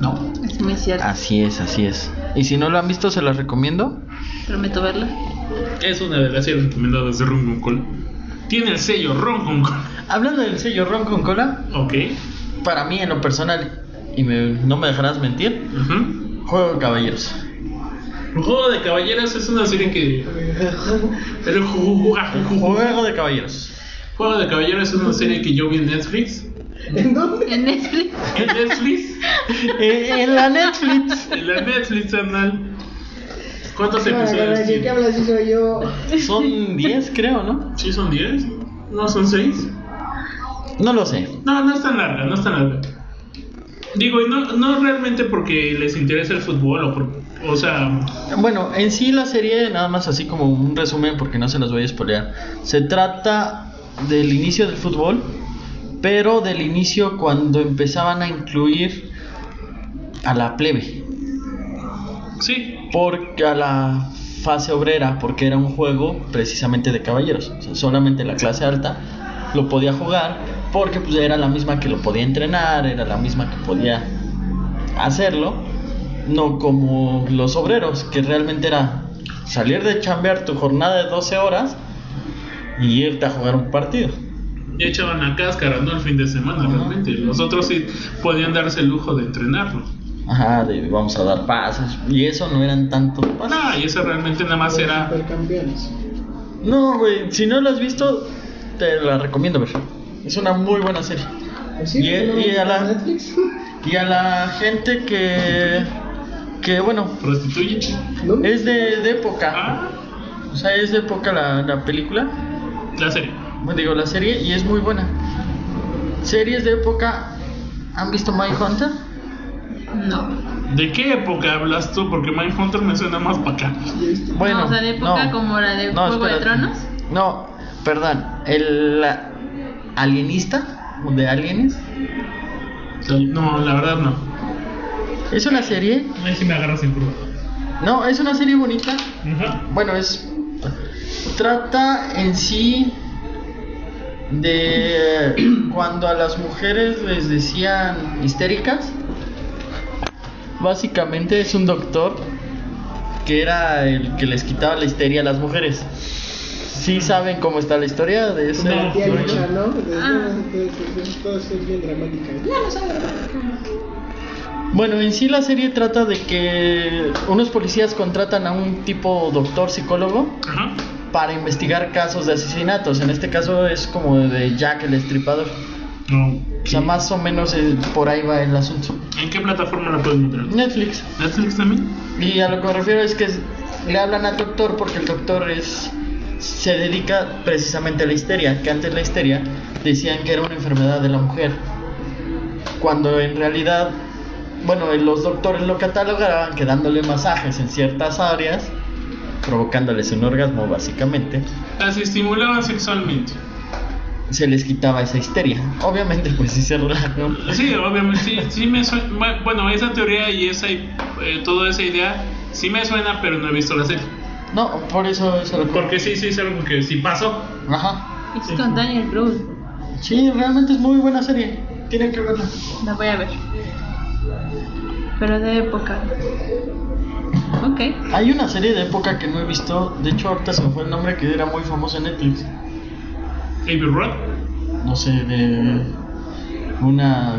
[SPEAKER 2] ¿no?
[SPEAKER 5] Es muy cierto.
[SPEAKER 2] Así es, así es. Y si no lo han visto, se las recomiendo.
[SPEAKER 5] Prometo verla.
[SPEAKER 1] Es una de las series recomendadas de Ron con Cola. Tiene el sello Ron con Cola.
[SPEAKER 2] Hablando del sello Ron con cola,
[SPEAKER 1] Ok.
[SPEAKER 2] para mí en lo personal, y me- no me dejarás mentir,
[SPEAKER 1] Ujú.
[SPEAKER 2] Juego de Caballeros.
[SPEAKER 1] Juego de Caballeros es una serie que. El ju- ju- ju- ju- ju-
[SPEAKER 2] Juego de Caballeros.
[SPEAKER 1] Juego de Caballeros es una serie que yo vi en Netflix.
[SPEAKER 4] ¿En dónde?
[SPEAKER 5] En Netflix.
[SPEAKER 1] En Netflix.
[SPEAKER 2] Eh, en la Netflix.
[SPEAKER 1] En la Netflix, anal. ¿Cuántos episodios
[SPEAKER 4] Ah, ¿Qué
[SPEAKER 1] tiene?
[SPEAKER 4] hablas? Sí, soy yo.
[SPEAKER 2] Son 10, creo, ¿no?
[SPEAKER 1] ¿Sí son 10? ¿No son 6?
[SPEAKER 2] No lo sé.
[SPEAKER 1] No, no es tan larga, no es tan larga. Digo, y no, no realmente porque les interesa el fútbol o por, o sea,
[SPEAKER 2] Bueno, en sí la serie, nada más así como un resumen porque no se los voy a spoilear. Se trata del inicio del fútbol, pero del inicio cuando empezaban a incluir a la plebe,
[SPEAKER 1] sí,
[SPEAKER 2] porque a la fase obrera, porque era un juego precisamente de caballeros. O sea, solamente la clase alta lo podía jugar porque pues, era la misma que lo podía entrenar, era la misma que podía hacerlo, no como los obreros, que realmente era salir de chambear tu jornada de 12 horas y irte a jugar un partido.
[SPEAKER 1] ya echaban la cáscara, ¿no? El fin de semana,
[SPEAKER 2] Ajá.
[SPEAKER 1] realmente. Los otros sí podían darse el lujo de entrenarlo.
[SPEAKER 2] Ajá, de vamos a dar pases. Y eso no eran tantos pases.
[SPEAKER 1] Ah, y eso realmente nada más era.
[SPEAKER 4] Supercampeones.
[SPEAKER 2] No, güey, si no la has visto, te la recomiendo ver. Es una muy buena serie.
[SPEAKER 4] Pues ¿Sí?
[SPEAKER 2] Y-
[SPEAKER 4] ¿No
[SPEAKER 2] y a la-
[SPEAKER 4] Netflix?
[SPEAKER 2] Y a la gente que. que bueno,
[SPEAKER 1] Prostituye.
[SPEAKER 4] ¿No?
[SPEAKER 2] es de, de época.
[SPEAKER 1] Ah,
[SPEAKER 2] O sea, es de época la, la película.
[SPEAKER 1] la serie.
[SPEAKER 2] Bueno, digo, la serie, y es muy buena. Series de época. ¿Han visto My Hunter?
[SPEAKER 5] No.
[SPEAKER 1] ¿De qué época hablas tú? Porque Mindhunter me suena más para acá.
[SPEAKER 2] Bueno,
[SPEAKER 5] No, o sea, de época
[SPEAKER 2] no.
[SPEAKER 5] como la de
[SPEAKER 2] No,
[SPEAKER 5] Juego de
[SPEAKER 2] espérate.
[SPEAKER 5] Tronos.
[SPEAKER 2] No, perdón. El la- alienista de aliens.
[SPEAKER 1] No, la verdad no.
[SPEAKER 2] Es una serie.
[SPEAKER 1] Ahí sí me agarras en curva.
[SPEAKER 2] No, es una serie bonita.
[SPEAKER 1] Ajá.
[SPEAKER 2] Bueno, es. Trata en sí de cuando a las mujeres les decían histéricas. Básicamente es un doctor que era el que les quitaba la histeria a las mujeres. Sí saben cómo está la historia de ese.
[SPEAKER 1] No.
[SPEAKER 4] Tía
[SPEAKER 1] Florida.
[SPEAKER 4] Lucha, ¿no?
[SPEAKER 5] Ah.
[SPEAKER 4] Todo es bien dramática.
[SPEAKER 2] Bueno, en sí la serie trata de que unos policías contratan a un tipo doctor psicólogo
[SPEAKER 1] Ajá.
[SPEAKER 2] para investigar casos de asesinatos. En este caso es como de Jack el Estripador.
[SPEAKER 1] No.
[SPEAKER 2] O sea, más o menos eh, por ahí va el asunto.
[SPEAKER 1] ¿En qué plataforma la puedes encontrar?
[SPEAKER 2] Netflix.
[SPEAKER 1] ¿Netflix también?
[SPEAKER 2] Y a lo que me refiero es que es- le hablan al doctor porque el doctor es se dedica precisamente a la histeria, que antes la histeria decían que era una enfermedad de la mujer, cuando en realidad, bueno, los doctores lo catalogaban que dándole masajes en ciertas áreas, provocándoles un orgasmo básicamente,
[SPEAKER 1] Las estimulaban sexualmente.
[SPEAKER 2] se les quitaba esa histeria. Obviamente pues sí se relajan.
[SPEAKER 1] Sí, obviamente, sí, sí me suena. Bueno, esa teoría y esa, eh, toda esa idea sí me suena, pero no he visto la serie.
[SPEAKER 2] No, por eso eso lo
[SPEAKER 1] Porque sí, sí es algo que sí pasó.
[SPEAKER 2] Ajá.
[SPEAKER 5] Es con Daniel Brühl.
[SPEAKER 2] Sí, realmente es muy buena serie. Tienen que verla.
[SPEAKER 5] La voy a ver. Pero de época. Ok.
[SPEAKER 2] Hay una serie de época que no he visto, de hecho ahorita se me fue el nombre que era muy famoso en Netflix.
[SPEAKER 1] Abbey Road.
[SPEAKER 2] No sé, de una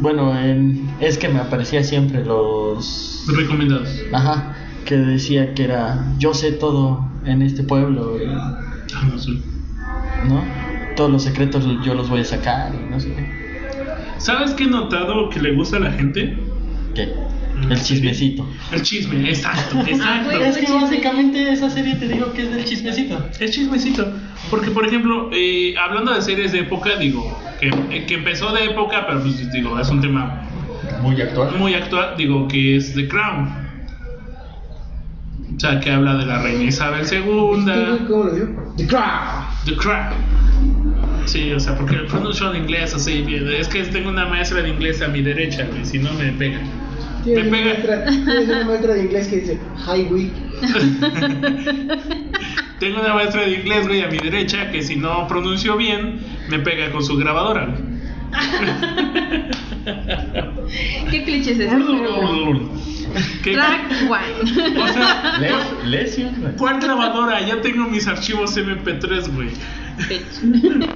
[SPEAKER 2] bueno, en- es que me aparecía siempre los
[SPEAKER 1] Recomendados.
[SPEAKER 2] ajá, que decía que era yo sé todo en este pueblo, y-
[SPEAKER 1] Ah, no sé.
[SPEAKER 2] ¿no? Todos los secretos yo los voy a sacar y no sé qué.
[SPEAKER 1] ¿Sabes qué he notado que le gusta a la gente?
[SPEAKER 2] ¿Qué?
[SPEAKER 1] Mm,
[SPEAKER 2] El
[SPEAKER 1] sí.
[SPEAKER 2] chismecito.
[SPEAKER 1] El chisme, exacto,
[SPEAKER 2] Es
[SPEAKER 1] exacto.
[SPEAKER 2] que básicamente esa serie te digo que es del chismecito.
[SPEAKER 1] El chismecito. Porque, por ejemplo, eh, hablando de series de época, digo, que, eh, que empezó de época, pero pues, digo, es un tema
[SPEAKER 2] Muy actual.
[SPEAKER 1] muy actual, digo, que es The Crown. O sea, que habla de la reina Isabel II.
[SPEAKER 4] ¿Cómo lo vio? The Crown.
[SPEAKER 1] The Crown. Sí, o sea, porque lo pronuncio en inglés así. bien. Es que tengo una maestra de inglés a mi derecha, güey, si no me pega.
[SPEAKER 4] Tienes
[SPEAKER 1] Me
[SPEAKER 4] una
[SPEAKER 1] pega.
[SPEAKER 4] maestra- tienes una maestra de inglés que dice Hi Week.
[SPEAKER 1] Tengo una maestra de inglés, güey, a mi derecha que si no pronuncio bien, me pega con su grabadora. güey.
[SPEAKER 5] Qué speech es ese? pero-
[SPEAKER 1] ¿Qué?
[SPEAKER 5] Track one.
[SPEAKER 1] O sea,
[SPEAKER 2] Les, lesión.
[SPEAKER 1] ¿cuál grabadora? Ya tengo mis archivos MP3, güey.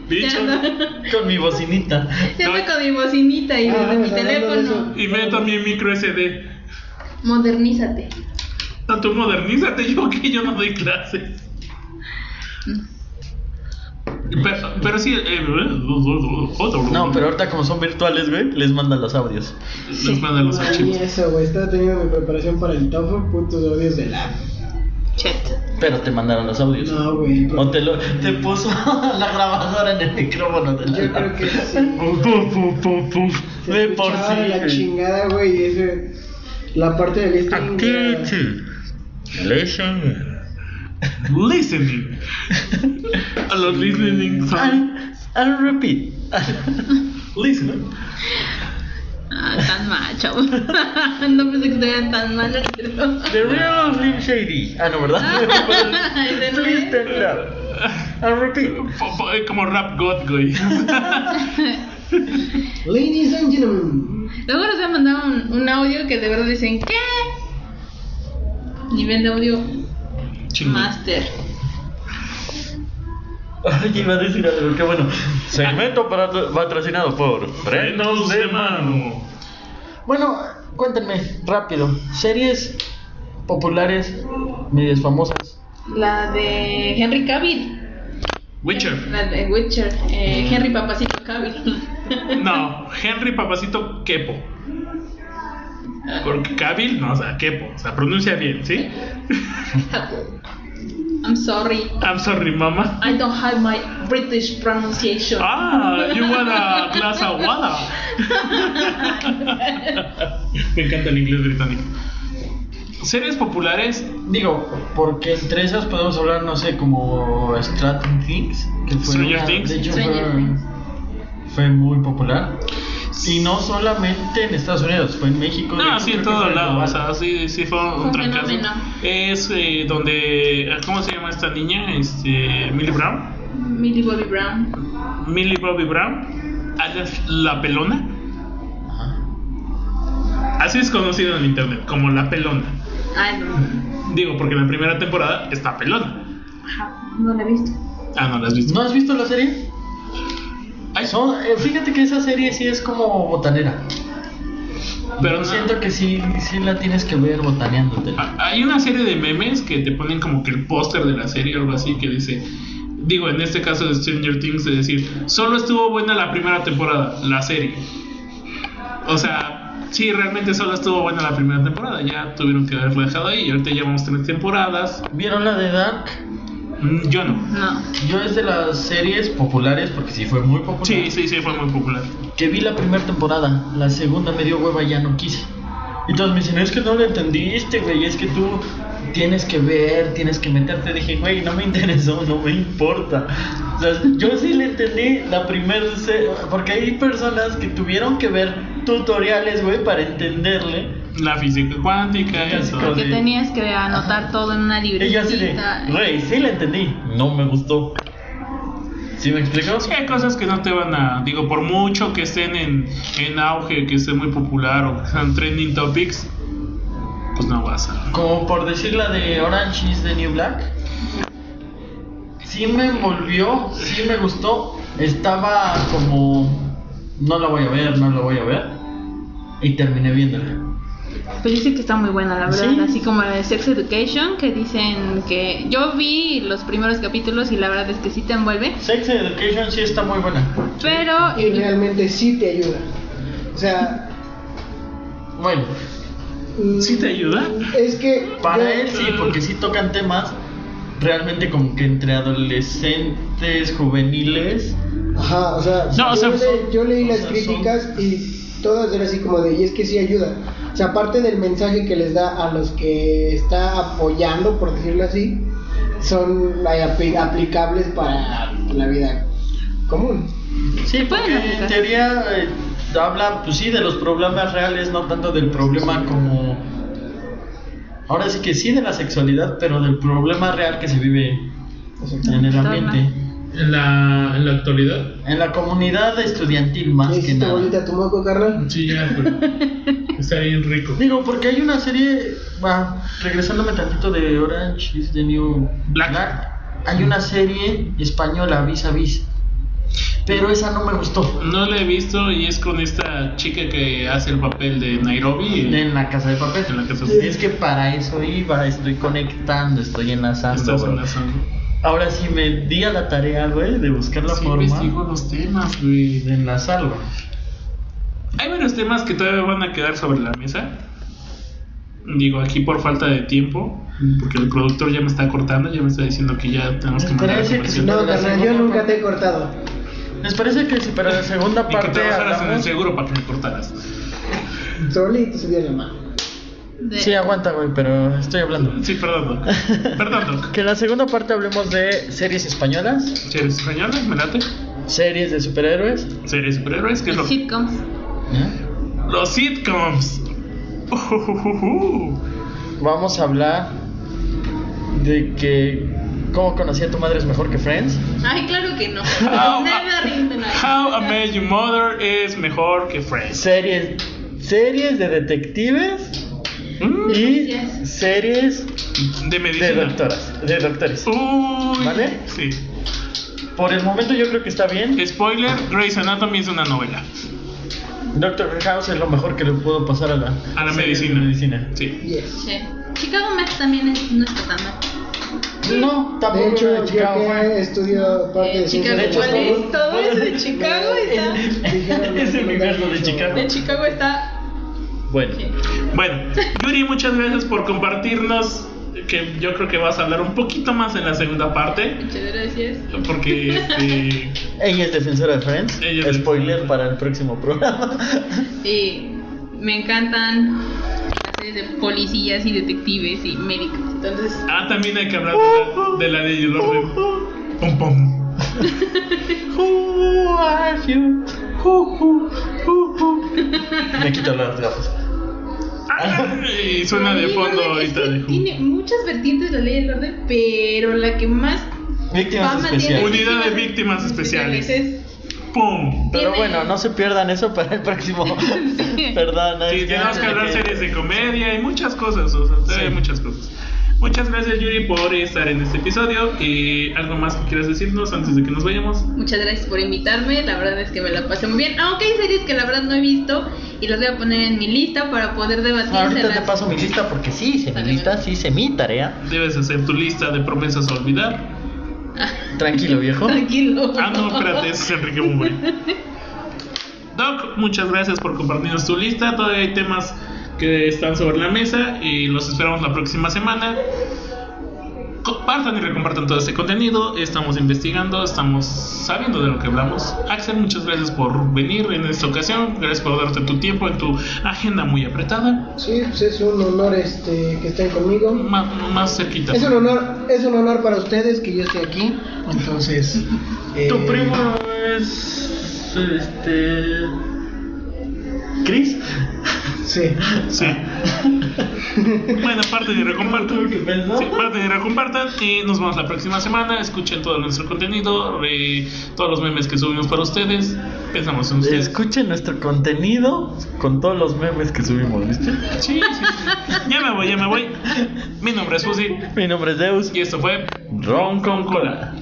[SPEAKER 1] Bicho.
[SPEAKER 2] Con mi bocinita.
[SPEAKER 5] Ya me con mi bocinita y
[SPEAKER 4] Ah,
[SPEAKER 5] desde mi
[SPEAKER 4] hablando de
[SPEAKER 5] teléfono.
[SPEAKER 4] eso.
[SPEAKER 1] Y ve también micro SD.
[SPEAKER 5] Modernízate.
[SPEAKER 1] No, tú modernízate, yo que yo no doy clases. Pero, pero sí, eh,
[SPEAKER 2] No, pero ahorita como son virtuales, güey, les mandan los audios.
[SPEAKER 1] les manda los
[SPEAKER 4] Ahí
[SPEAKER 1] archivos.
[SPEAKER 4] eso, güey. Estaba teniendo mi preparación para el TOEFL, putos odios de la.
[SPEAKER 5] Chet.
[SPEAKER 2] Pero te mandaron los audios.
[SPEAKER 4] No, güey. el
[SPEAKER 2] O
[SPEAKER 4] profe-
[SPEAKER 2] te, lo, te puso la grabadora en el micrófono de la
[SPEAKER 4] Yo creo que sí.
[SPEAKER 1] Pum, pum, pum, pum.
[SPEAKER 4] Se
[SPEAKER 2] De por
[SPEAKER 4] escuchaba
[SPEAKER 2] sí,
[SPEAKER 4] la
[SPEAKER 2] güey.
[SPEAKER 4] chingada, güey. y ese- La parte del listening. era-
[SPEAKER 2] Listen.
[SPEAKER 1] Listening. A los listening sound.
[SPEAKER 2] And, and repeat.
[SPEAKER 1] Listening.
[SPEAKER 5] Ah, tan macho. no pensé que estuvieran tan mal. pero-
[SPEAKER 2] The real Slim Shady. Ah, no, ¿verdad?
[SPEAKER 5] Ese no
[SPEAKER 2] Please
[SPEAKER 5] es.
[SPEAKER 2] stand up. And repeat.
[SPEAKER 1] Po- po- eh, Como rap god, güey.
[SPEAKER 4] Ladies and gentlemen.
[SPEAKER 5] Luego nos han mandado un, un audio que de verdad dicen, ¿qué? Nivel de audio
[SPEAKER 1] Chingón.
[SPEAKER 5] master.
[SPEAKER 2] Oye, iba a decir algo, qué bueno. Segmento para- patrocinado por
[SPEAKER 1] Frenos de mano.
[SPEAKER 2] Bueno, cuéntenme rápido. Series populares, medias famosas.
[SPEAKER 5] La de Henry Cavill.
[SPEAKER 1] Witcher.
[SPEAKER 5] La de Witcher. Eh, Henry Papacito Cavill.
[SPEAKER 1] No, Henry Papacito Kepo. Porque Cabil, no, o sea, Kepo. O sea, pronuncia bien, ¿sí?
[SPEAKER 5] I'm sorry.
[SPEAKER 1] I'm sorry, mama.
[SPEAKER 5] I don't have my British pronunciation.
[SPEAKER 1] Ah, you want a glass of water? Me encanta el inglés británico. Series populares,
[SPEAKER 2] Digo, porque entre esas podemos hablar, no sé, como Stranger Things, que fue,
[SPEAKER 1] Stranger
[SPEAKER 2] una-
[SPEAKER 1] Things.
[SPEAKER 2] de hecho, fue-
[SPEAKER 5] Stranger Things.
[SPEAKER 2] fue muy popular. Y no solamente en Estados Unidos, fue en México. de
[SPEAKER 1] no,
[SPEAKER 2] hecho,
[SPEAKER 1] sí, en
[SPEAKER 2] creo que
[SPEAKER 1] todo
[SPEAKER 2] fue
[SPEAKER 1] lado, o
[SPEAKER 2] global.
[SPEAKER 1] sea, sí, sí fue un
[SPEAKER 5] Un
[SPEAKER 1] trancazo.
[SPEAKER 5] fenómeno.
[SPEAKER 1] Es eh, donde, ¿cómo se llama esta niña? Este, Millie Brown,
[SPEAKER 5] Millie Bobby Brown.
[SPEAKER 1] Millie Bobby Brown, alias La Pelona,
[SPEAKER 2] Ajá.
[SPEAKER 1] así es conocido en internet, como La Pelona.
[SPEAKER 5] Ay, no.
[SPEAKER 1] Digo, porque la primera temporada está pelona.
[SPEAKER 5] Ajá, no la he visto.
[SPEAKER 1] Ah, no, la has visto.
[SPEAKER 2] ¿No has visto la serie?
[SPEAKER 1] Ay,
[SPEAKER 2] Son- eh, fíjate que esa serie sí es como botanera.
[SPEAKER 1] pero no.
[SPEAKER 2] Siento que sí, sí la tienes que ver botaneándote.
[SPEAKER 1] Ah, Hay una serie de memes que te ponen como que el póster de la serie o algo así que dice, digo, en este caso de Stranger Things, de decir, solo estuvo buena la primera temporada, la serie. O sea, sí, realmente solo estuvo buena la primera temporada, ya tuvieron que haberla dejado ahí y ahorita llevamos tres temporadas.
[SPEAKER 2] ¿Vieron la de Dark?
[SPEAKER 1] Mm, Yo no.
[SPEAKER 5] No.
[SPEAKER 2] Yo es de las series populares, porque sí fue muy popular.
[SPEAKER 1] Sí, sí, sí, fue muy popular.
[SPEAKER 2] que vi la primera temporada, la segunda me dio hueva y ya no quise. Y todos me dicen, es que no lo entendiste, güey, es que tú tienes que ver, tienes que meterte. Dije, güey, no me interesó, no me importa. O sea, yo sí le entendí la primera, porque hay personas que tuvieron que ver tutoriales, güey, para entenderle.
[SPEAKER 1] La física cuántica,
[SPEAKER 2] Física
[SPEAKER 1] eso.
[SPEAKER 2] cuántica.
[SPEAKER 5] Que tenías que anotar todo en una
[SPEAKER 2] Y yo
[SPEAKER 5] libretita.
[SPEAKER 2] así de, güey, sí la entendí. No me gustó. ¿Sí me explicó?
[SPEAKER 1] Sí, hay cosas que no te van a, digo, por mucho que estén en, en auge, que estén muy popular o que sean trending topics, pues no vas a...
[SPEAKER 2] Como por decir la de Orange is the New Black. Sí me envolvió, sí me gustó. Estaba como. No la voy a ver, no la voy a ver. Y terminé viéndola.
[SPEAKER 5] Pero dice que está muy buena, la verdad.
[SPEAKER 2] Sí.
[SPEAKER 5] Así como la de Sex Education, que dicen que yo vi los primeros capítulos y la verdad es que sí te envuelve.
[SPEAKER 2] Sex Education sí está muy buena.
[SPEAKER 5] Pero
[SPEAKER 4] Y realmente sí te ayuda. O sea.
[SPEAKER 2] Bueno,
[SPEAKER 4] mm,
[SPEAKER 1] ¿Sí te ayuda?
[SPEAKER 4] Es que.
[SPEAKER 2] para
[SPEAKER 4] yo-
[SPEAKER 2] él sí, porque sí tocan temas realmente como que entre adolescentes, juveniles.
[SPEAKER 4] Ajá, o sea,
[SPEAKER 1] No, o
[SPEAKER 4] yo,
[SPEAKER 1] sea,
[SPEAKER 4] le- yo leí
[SPEAKER 2] o
[SPEAKER 4] las
[SPEAKER 2] sea, son-
[SPEAKER 4] críticas y todas eran así como de, y es que sí ayuda. O sea, aparte del mensaje que les da a los que está apoyando, por decirlo así, son ahí apli- aplicables para la vida común.
[SPEAKER 2] Sí,
[SPEAKER 5] pueden
[SPEAKER 2] porque en
[SPEAKER 5] aplicar.
[SPEAKER 2] teoría eh, habla, pues sí, de los problemas reales, no tanto del problema como. Ahora sí que sí de la sexualidad, pero del problema real que se vive
[SPEAKER 4] O sea,
[SPEAKER 2] en el ambiente.
[SPEAKER 1] en la, en la actualidad.
[SPEAKER 2] En la comunidad estudiantil más
[SPEAKER 4] ¿Ya
[SPEAKER 2] que
[SPEAKER 4] hiciste
[SPEAKER 2] nada.
[SPEAKER 4] bolita tu moco, carnal?
[SPEAKER 1] Sí, ya, pero está bien rico.
[SPEAKER 2] Digo, porque hay una serie, va, regresándome tantito de Orange is the New
[SPEAKER 1] Black.
[SPEAKER 2] hay una serie española, Vis a Vis, pero esa no me gustó.
[SPEAKER 1] No la he visto y es con esta chica que hace el papel de Nairobi. eh,
[SPEAKER 2] En la casa de papel.
[SPEAKER 1] En la Casa de Papel.
[SPEAKER 2] Es que para eso iba, estoy conectando, estoy enlazando.
[SPEAKER 1] Estás
[SPEAKER 2] bro.
[SPEAKER 1] enlazando.
[SPEAKER 2] Ahora sí me di a la tarea, güey, de buscar la
[SPEAKER 1] Sí,
[SPEAKER 2] forma
[SPEAKER 1] investigo los temas, güey.
[SPEAKER 2] de enlazarlo.
[SPEAKER 1] Hay varios temas que todavía van a quedar sobre la mesa. Digo, aquí por falta de tiempo, porque el productor ya me está cortando, ya me está diciendo que ya tenemos que mandar a
[SPEAKER 2] Parece que
[SPEAKER 1] comercial.
[SPEAKER 2] Pero
[SPEAKER 4] No,
[SPEAKER 2] la
[SPEAKER 4] carnal, yo
[SPEAKER 2] segunda
[SPEAKER 4] nunca
[SPEAKER 2] parte-
[SPEAKER 4] te he cortado.
[SPEAKER 2] ¿Les parece que si para la segunda
[SPEAKER 1] Y que
[SPEAKER 2] parte
[SPEAKER 1] trabajaras en el
[SPEAKER 2] hablamos?
[SPEAKER 1] seguro para que me cortaras.
[SPEAKER 4] Solito subí a la mano.
[SPEAKER 5] De-
[SPEAKER 2] Sí, aguanta, güey, pero estoy hablando.
[SPEAKER 1] Sí, perdón, Doc. Perdón, Doc.
[SPEAKER 2] Que en la segunda parte hablemos de series españolas,
[SPEAKER 1] Series españolas, me late.
[SPEAKER 2] series de superhéroes.
[SPEAKER 1] Series de superhéroes, que es
[SPEAKER 5] de
[SPEAKER 1] lo
[SPEAKER 5] sitcoms.
[SPEAKER 1] Los sitcoms. Ujujujuju.
[SPEAKER 2] Vamos a hablar de que cómo conocí a tu madre es mejor que Friends.
[SPEAKER 5] Ay, claro que no.
[SPEAKER 1] How-
[SPEAKER 5] Never in the night.
[SPEAKER 1] How I Met Your Mother es mejor que Friends.
[SPEAKER 2] Series, series de detectives
[SPEAKER 1] Mm,
[SPEAKER 2] y
[SPEAKER 5] Yes.
[SPEAKER 2] series
[SPEAKER 1] De
[SPEAKER 2] de
[SPEAKER 1] medicina.
[SPEAKER 2] doctoras, de doctores.
[SPEAKER 1] Uy.
[SPEAKER 2] ¿Vale?
[SPEAKER 1] Sí.
[SPEAKER 2] Por el momento yo creo que está bien.
[SPEAKER 1] Spoiler, Grey's Anatomy es una novela.
[SPEAKER 2] Doctor House es lo mejor que le puedo pasar a la,
[SPEAKER 1] A la
[SPEAKER 2] serie de
[SPEAKER 1] medicina.
[SPEAKER 2] medicina.
[SPEAKER 1] Sí.
[SPEAKER 4] Yes.
[SPEAKER 5] Sí. Chicago Med también es, no está tan mal.
[SPEAKER 2] No, tampoco
[SPEAKER 4] De hecho,
[SPEAKER 2] era
[SPEAKER 4] yo
[SPEAKER 2] ¿eh?
[SPEAKER 4] que estudio parte de
[SPEAKER 5] Eh, Chicago,
[SPEAKER 4] ciencias
[SPEAKER 5] ¿cuál
[SPEAKER 4] de
[SPEAKER 5] es? Todo eso de Chicago está.
[SPEAKER 4] Dijeron-
[SPEAKER 2] Es el universo de Chicago.
[SPEAKER 5] De Chicago está.
[SPEAKER 2] Bueno,
[SPEAKER 5] Sí.
[SPEAKER 1] Bueno, Yuri, muchas gracias por compartirnos. Que yo creo que vas a hablar un poquito más en la segunda parte.
[SPEAKER 5] Muchas gracias.
[SPEAKER 1] Porque este,
[SPEAKER 2] ella es defensora de Friends.
[SPEAKER 1] Ella es
[SPEAKER 2] Spoiler
[SPEAKER 1] defensora.
[SPEAKER 2] para el próximo programa.
[SPEAKER 5] Y me encantan las series de policías y detectives y médicos. Entonces,
[SPEAKER 1] Ah, también hay que hablar de la, de la ley y el orden. Pum pum.
[SPEAKER 2] Who are you? Who, who, who, who. Me quito las gafas.
[SPEAKER 1] Ah, y suena de
[SPEAKER 5] Oye,
[SPEAKER 1] fondo
[SPEAKER 5] Lorna, es
[SPEAKER 1] ahorita
[SPEAKER 5] que
[SPEAKER 1] de Who.
[SPEAKER 5] Tiene muchas vertientes la ley del orden, pero la que más
[SPEAKER 2] Víctimas
[SPEAKER 5] fama
[SPEAKER 2] especiales.
[SPEAKER 1] Unidad de
[SPEAKER 5] es
[SPEAKER 1] víctimas especiales.
[SPEAKER 5] es-
[SPEAKER 1] Pum.
[SPEAKER 2] Pero
[SPEAKER 5] tiene-
[SPEAKER 2] bueno, no se pierdan eso para el próximo. Perdón, es
[SPEAKER 1] Sí,
[SPEAKER 2] que-
[SPEAKER 1] tenemos que hablar series de comedia y muchas cosas. O sea, todavía hay
[SPEAKER 2] Sí.
[SPEAKER 1] muchas cosas. Muchas gracias, Yuri, por estar en este episodio. Eh, ¿Algo más que quieras decirnos antes de que nos vayamos?
[SPEAKER 5] Muchas gracias por invitarme, la verdad es que me la pasé muy bien. Aunque hay series que la verdad no he visto y las voy a poner en mi lista para poder
[SPEAKER 2] Ahorita te
[SPEAKER 5] debatírselas.
[SPEAKER 2] paso mi lista porque sí hice mi
[SPEAKER 5] Dale,
[SPEAKER 2] lista,
[SPEAKER 5] dale.
[SPEAKER 2] sí hice mi tarea.
[SPEAKER 1] Debes hacer tu lista de promesas a olvidar.
[SPEAKER 2] Tranquilo, viejo.
[SPEAKER 5] Tranquilo.
[SPEAKER 1] Ah, no, espérate, ese es Enrique Bumbay. Doc, muchas gracias por compartirnos tu lista. Todavía hay temas que están sobre la mesa y los esperamos la próxima semana. Compartan y recompartan todo este contenido. Estamos investigando, estamos sabiendo de lo que hablamos. Axel, muchas gracias por venir en esta ocasión. Gracias por darte tu tiempo en tu agenda muy apretada.
[SPEAKER 4] Sí, pues es un honor este, que estén conmigo.
[SPEAKER 1] Más, más cerquita.
[SPEAKER 4] Es un honor, es un honor para ustedes que yo esté aquí. Entonces, eh,
[SPEAKER 2] Tu primo es. Este. Chris.
[SPEAKER 4] Sí.
[SPEAKER 1] Sí. bueno, parte de recompartan.
[SPEAKER 2] que pensó.
[SPEAKER 1] Sí, parte de la compartan y nos vemos la próxima semana. Escuchen todo nuestro contenido, re- todos los memes que subimos para ustedes. Pensamos en ustedes.
[SPEAKER 2] Escuchen nuestro contenido con todos los memes que subimos, ¿viste?
[SPEAKER 1] Sí, sí, sí. Ya me voy, ya me voy. Mi nombre es Fusi
[SPEAKER 2] Mi nombre es Deus.
[SPEAKER 1] y esto fue
[SPEAKER 2] Ron con cola.